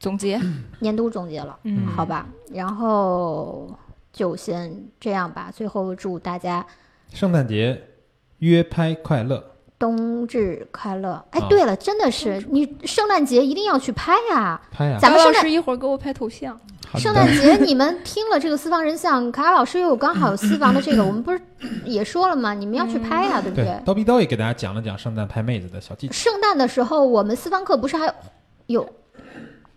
总结，年度总结了，嗯，好，吧？然后就先这样吧。最后祝大家圣诞节约拍快乐。冬至快乐！哎啊，对了，真的是你圣诞节一定要去拍呀！拍啊呀、咱们老圣诞师一会儿给我拍头像，圣诞节你们听了这个私房人像，卡卡老师又有刚好有私房的这个，我们不是也说了吗？你们要去拍嗯呀，对不对对？刀逼刀也给大家讲了讲圣诞拍妹子的小技巧。圣诞的时候，我们私房课不是还有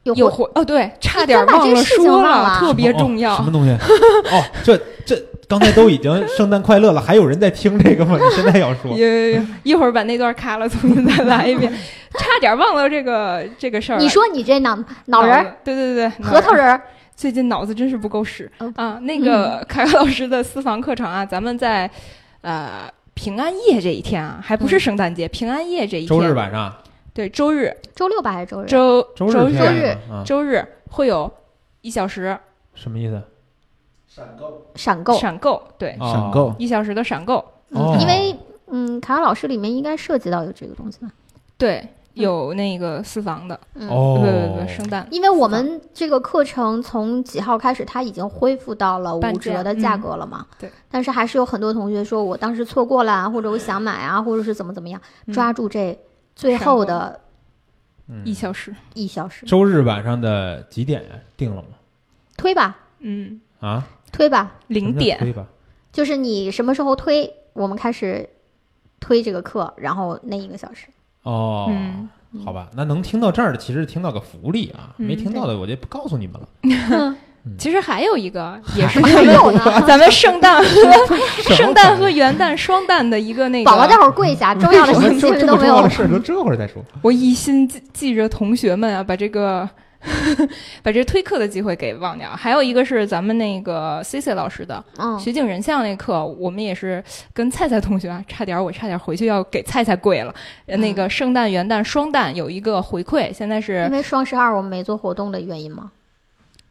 有有活活哦，对，差你点真把忘这了事情说忘了特别重哦要什。 (laughs) 么东西？哦，这这刚才都已经圣诞快乐了，还有人在听这个吗？你现在要说有有有，一会儿把那段卡了，重新再来一 (laughs) 遍，差点忘了这个这个事儿。你说你这脑脑脑仁子儿、对对对对，核桃脑仁儿，最近脑子真是不够使哦啊。那个凯凯老师的私房课程啊，咱们在呃平安夜这一天啊，还不是嗯圣诞节，平安夜这一天，周日晚上，对周日周六吧还是周日？周周周日日天晚上啊，周日会有一小时什么意思？闪购，闪购，闪嗯购，对，哦闪购，一小时的闪购，哦嗯，因为嗯，卡尔老师里面应该涉及到有这个东西吧？对，有那个私房的，嗯，哦，不不不，圣诞因为我们这个课程从几号开始，它已经恢复到了半五价折的价格了嗯嘛。对。但是还是有很多同学说我当时错过了啊，或者我想买啊，或者是怎么怎么样，抓住这最后的嗯一小时，一小时，周日晚上的几点定了吗？推吧，嗯，啊，推吧，零可点，以吧？就是你什么时候推，我们开始推这个课，然后那一个小 (laughs) 时。哦，嗯，好吧，那能听到这儿的其实听到个福利啊，嗯没听到的我就不告诉你们了。其实还有 (laughs) 一个也是还咱们有呢，咱们圣诞和圣什么诞玩意和儿元旦双旦的一个那宝宝待个，会儿 (laughs) 跪下，重要的什么信息这这么都重没要有的了。事儿都这会儿再说。我一心记记着同学们啊，把这个 (laughs) 把这推课的机会给忘掉。还有一个是咱们那个 C C 老师的嗯，学景人像那课，我们也是跟菜菜同学啊，差点儿我差点儿回去要给菜菜跪了。嗯呃那个圣诞元旦双旦有一个回馈，现在是因为双十二我们没做活动的原因吗？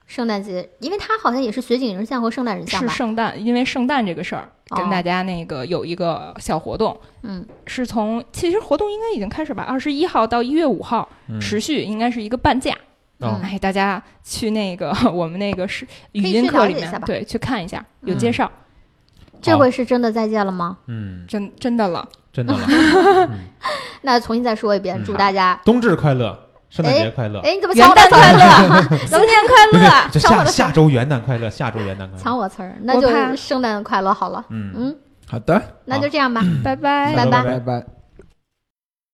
圣诞节，因为它好像也是雪景人像和圣诞人像是吧？圣诞，因为圣诞这个事儿，跟哦大家那个有一个小活动，嗯，是从其实活动应该已经开始吧，二十一号到一月五号，嗯持续应该是一个半价。嗯哦哎，大家去那个 (laughs) 我们那个是语以音去课了里解一下面吧对去看一下，有嗯介绍，哦这回是真的再见了吗？嗯，真真的了，真的了。嗯那重新再说一遍，嗯祝大家，冬至快乐，圣诞节快乐，哎，你怎么元抢我的旦词儿快了？ (laughs) 新年快不是 (laughs) 乐，就上我下的下周元旦快乐，下周元旦快抢乐。我词儿，那我怕就圣诞快乐好了。嗯，嗯，好的，那就这样吧，拜拜下周拜拜拜拜。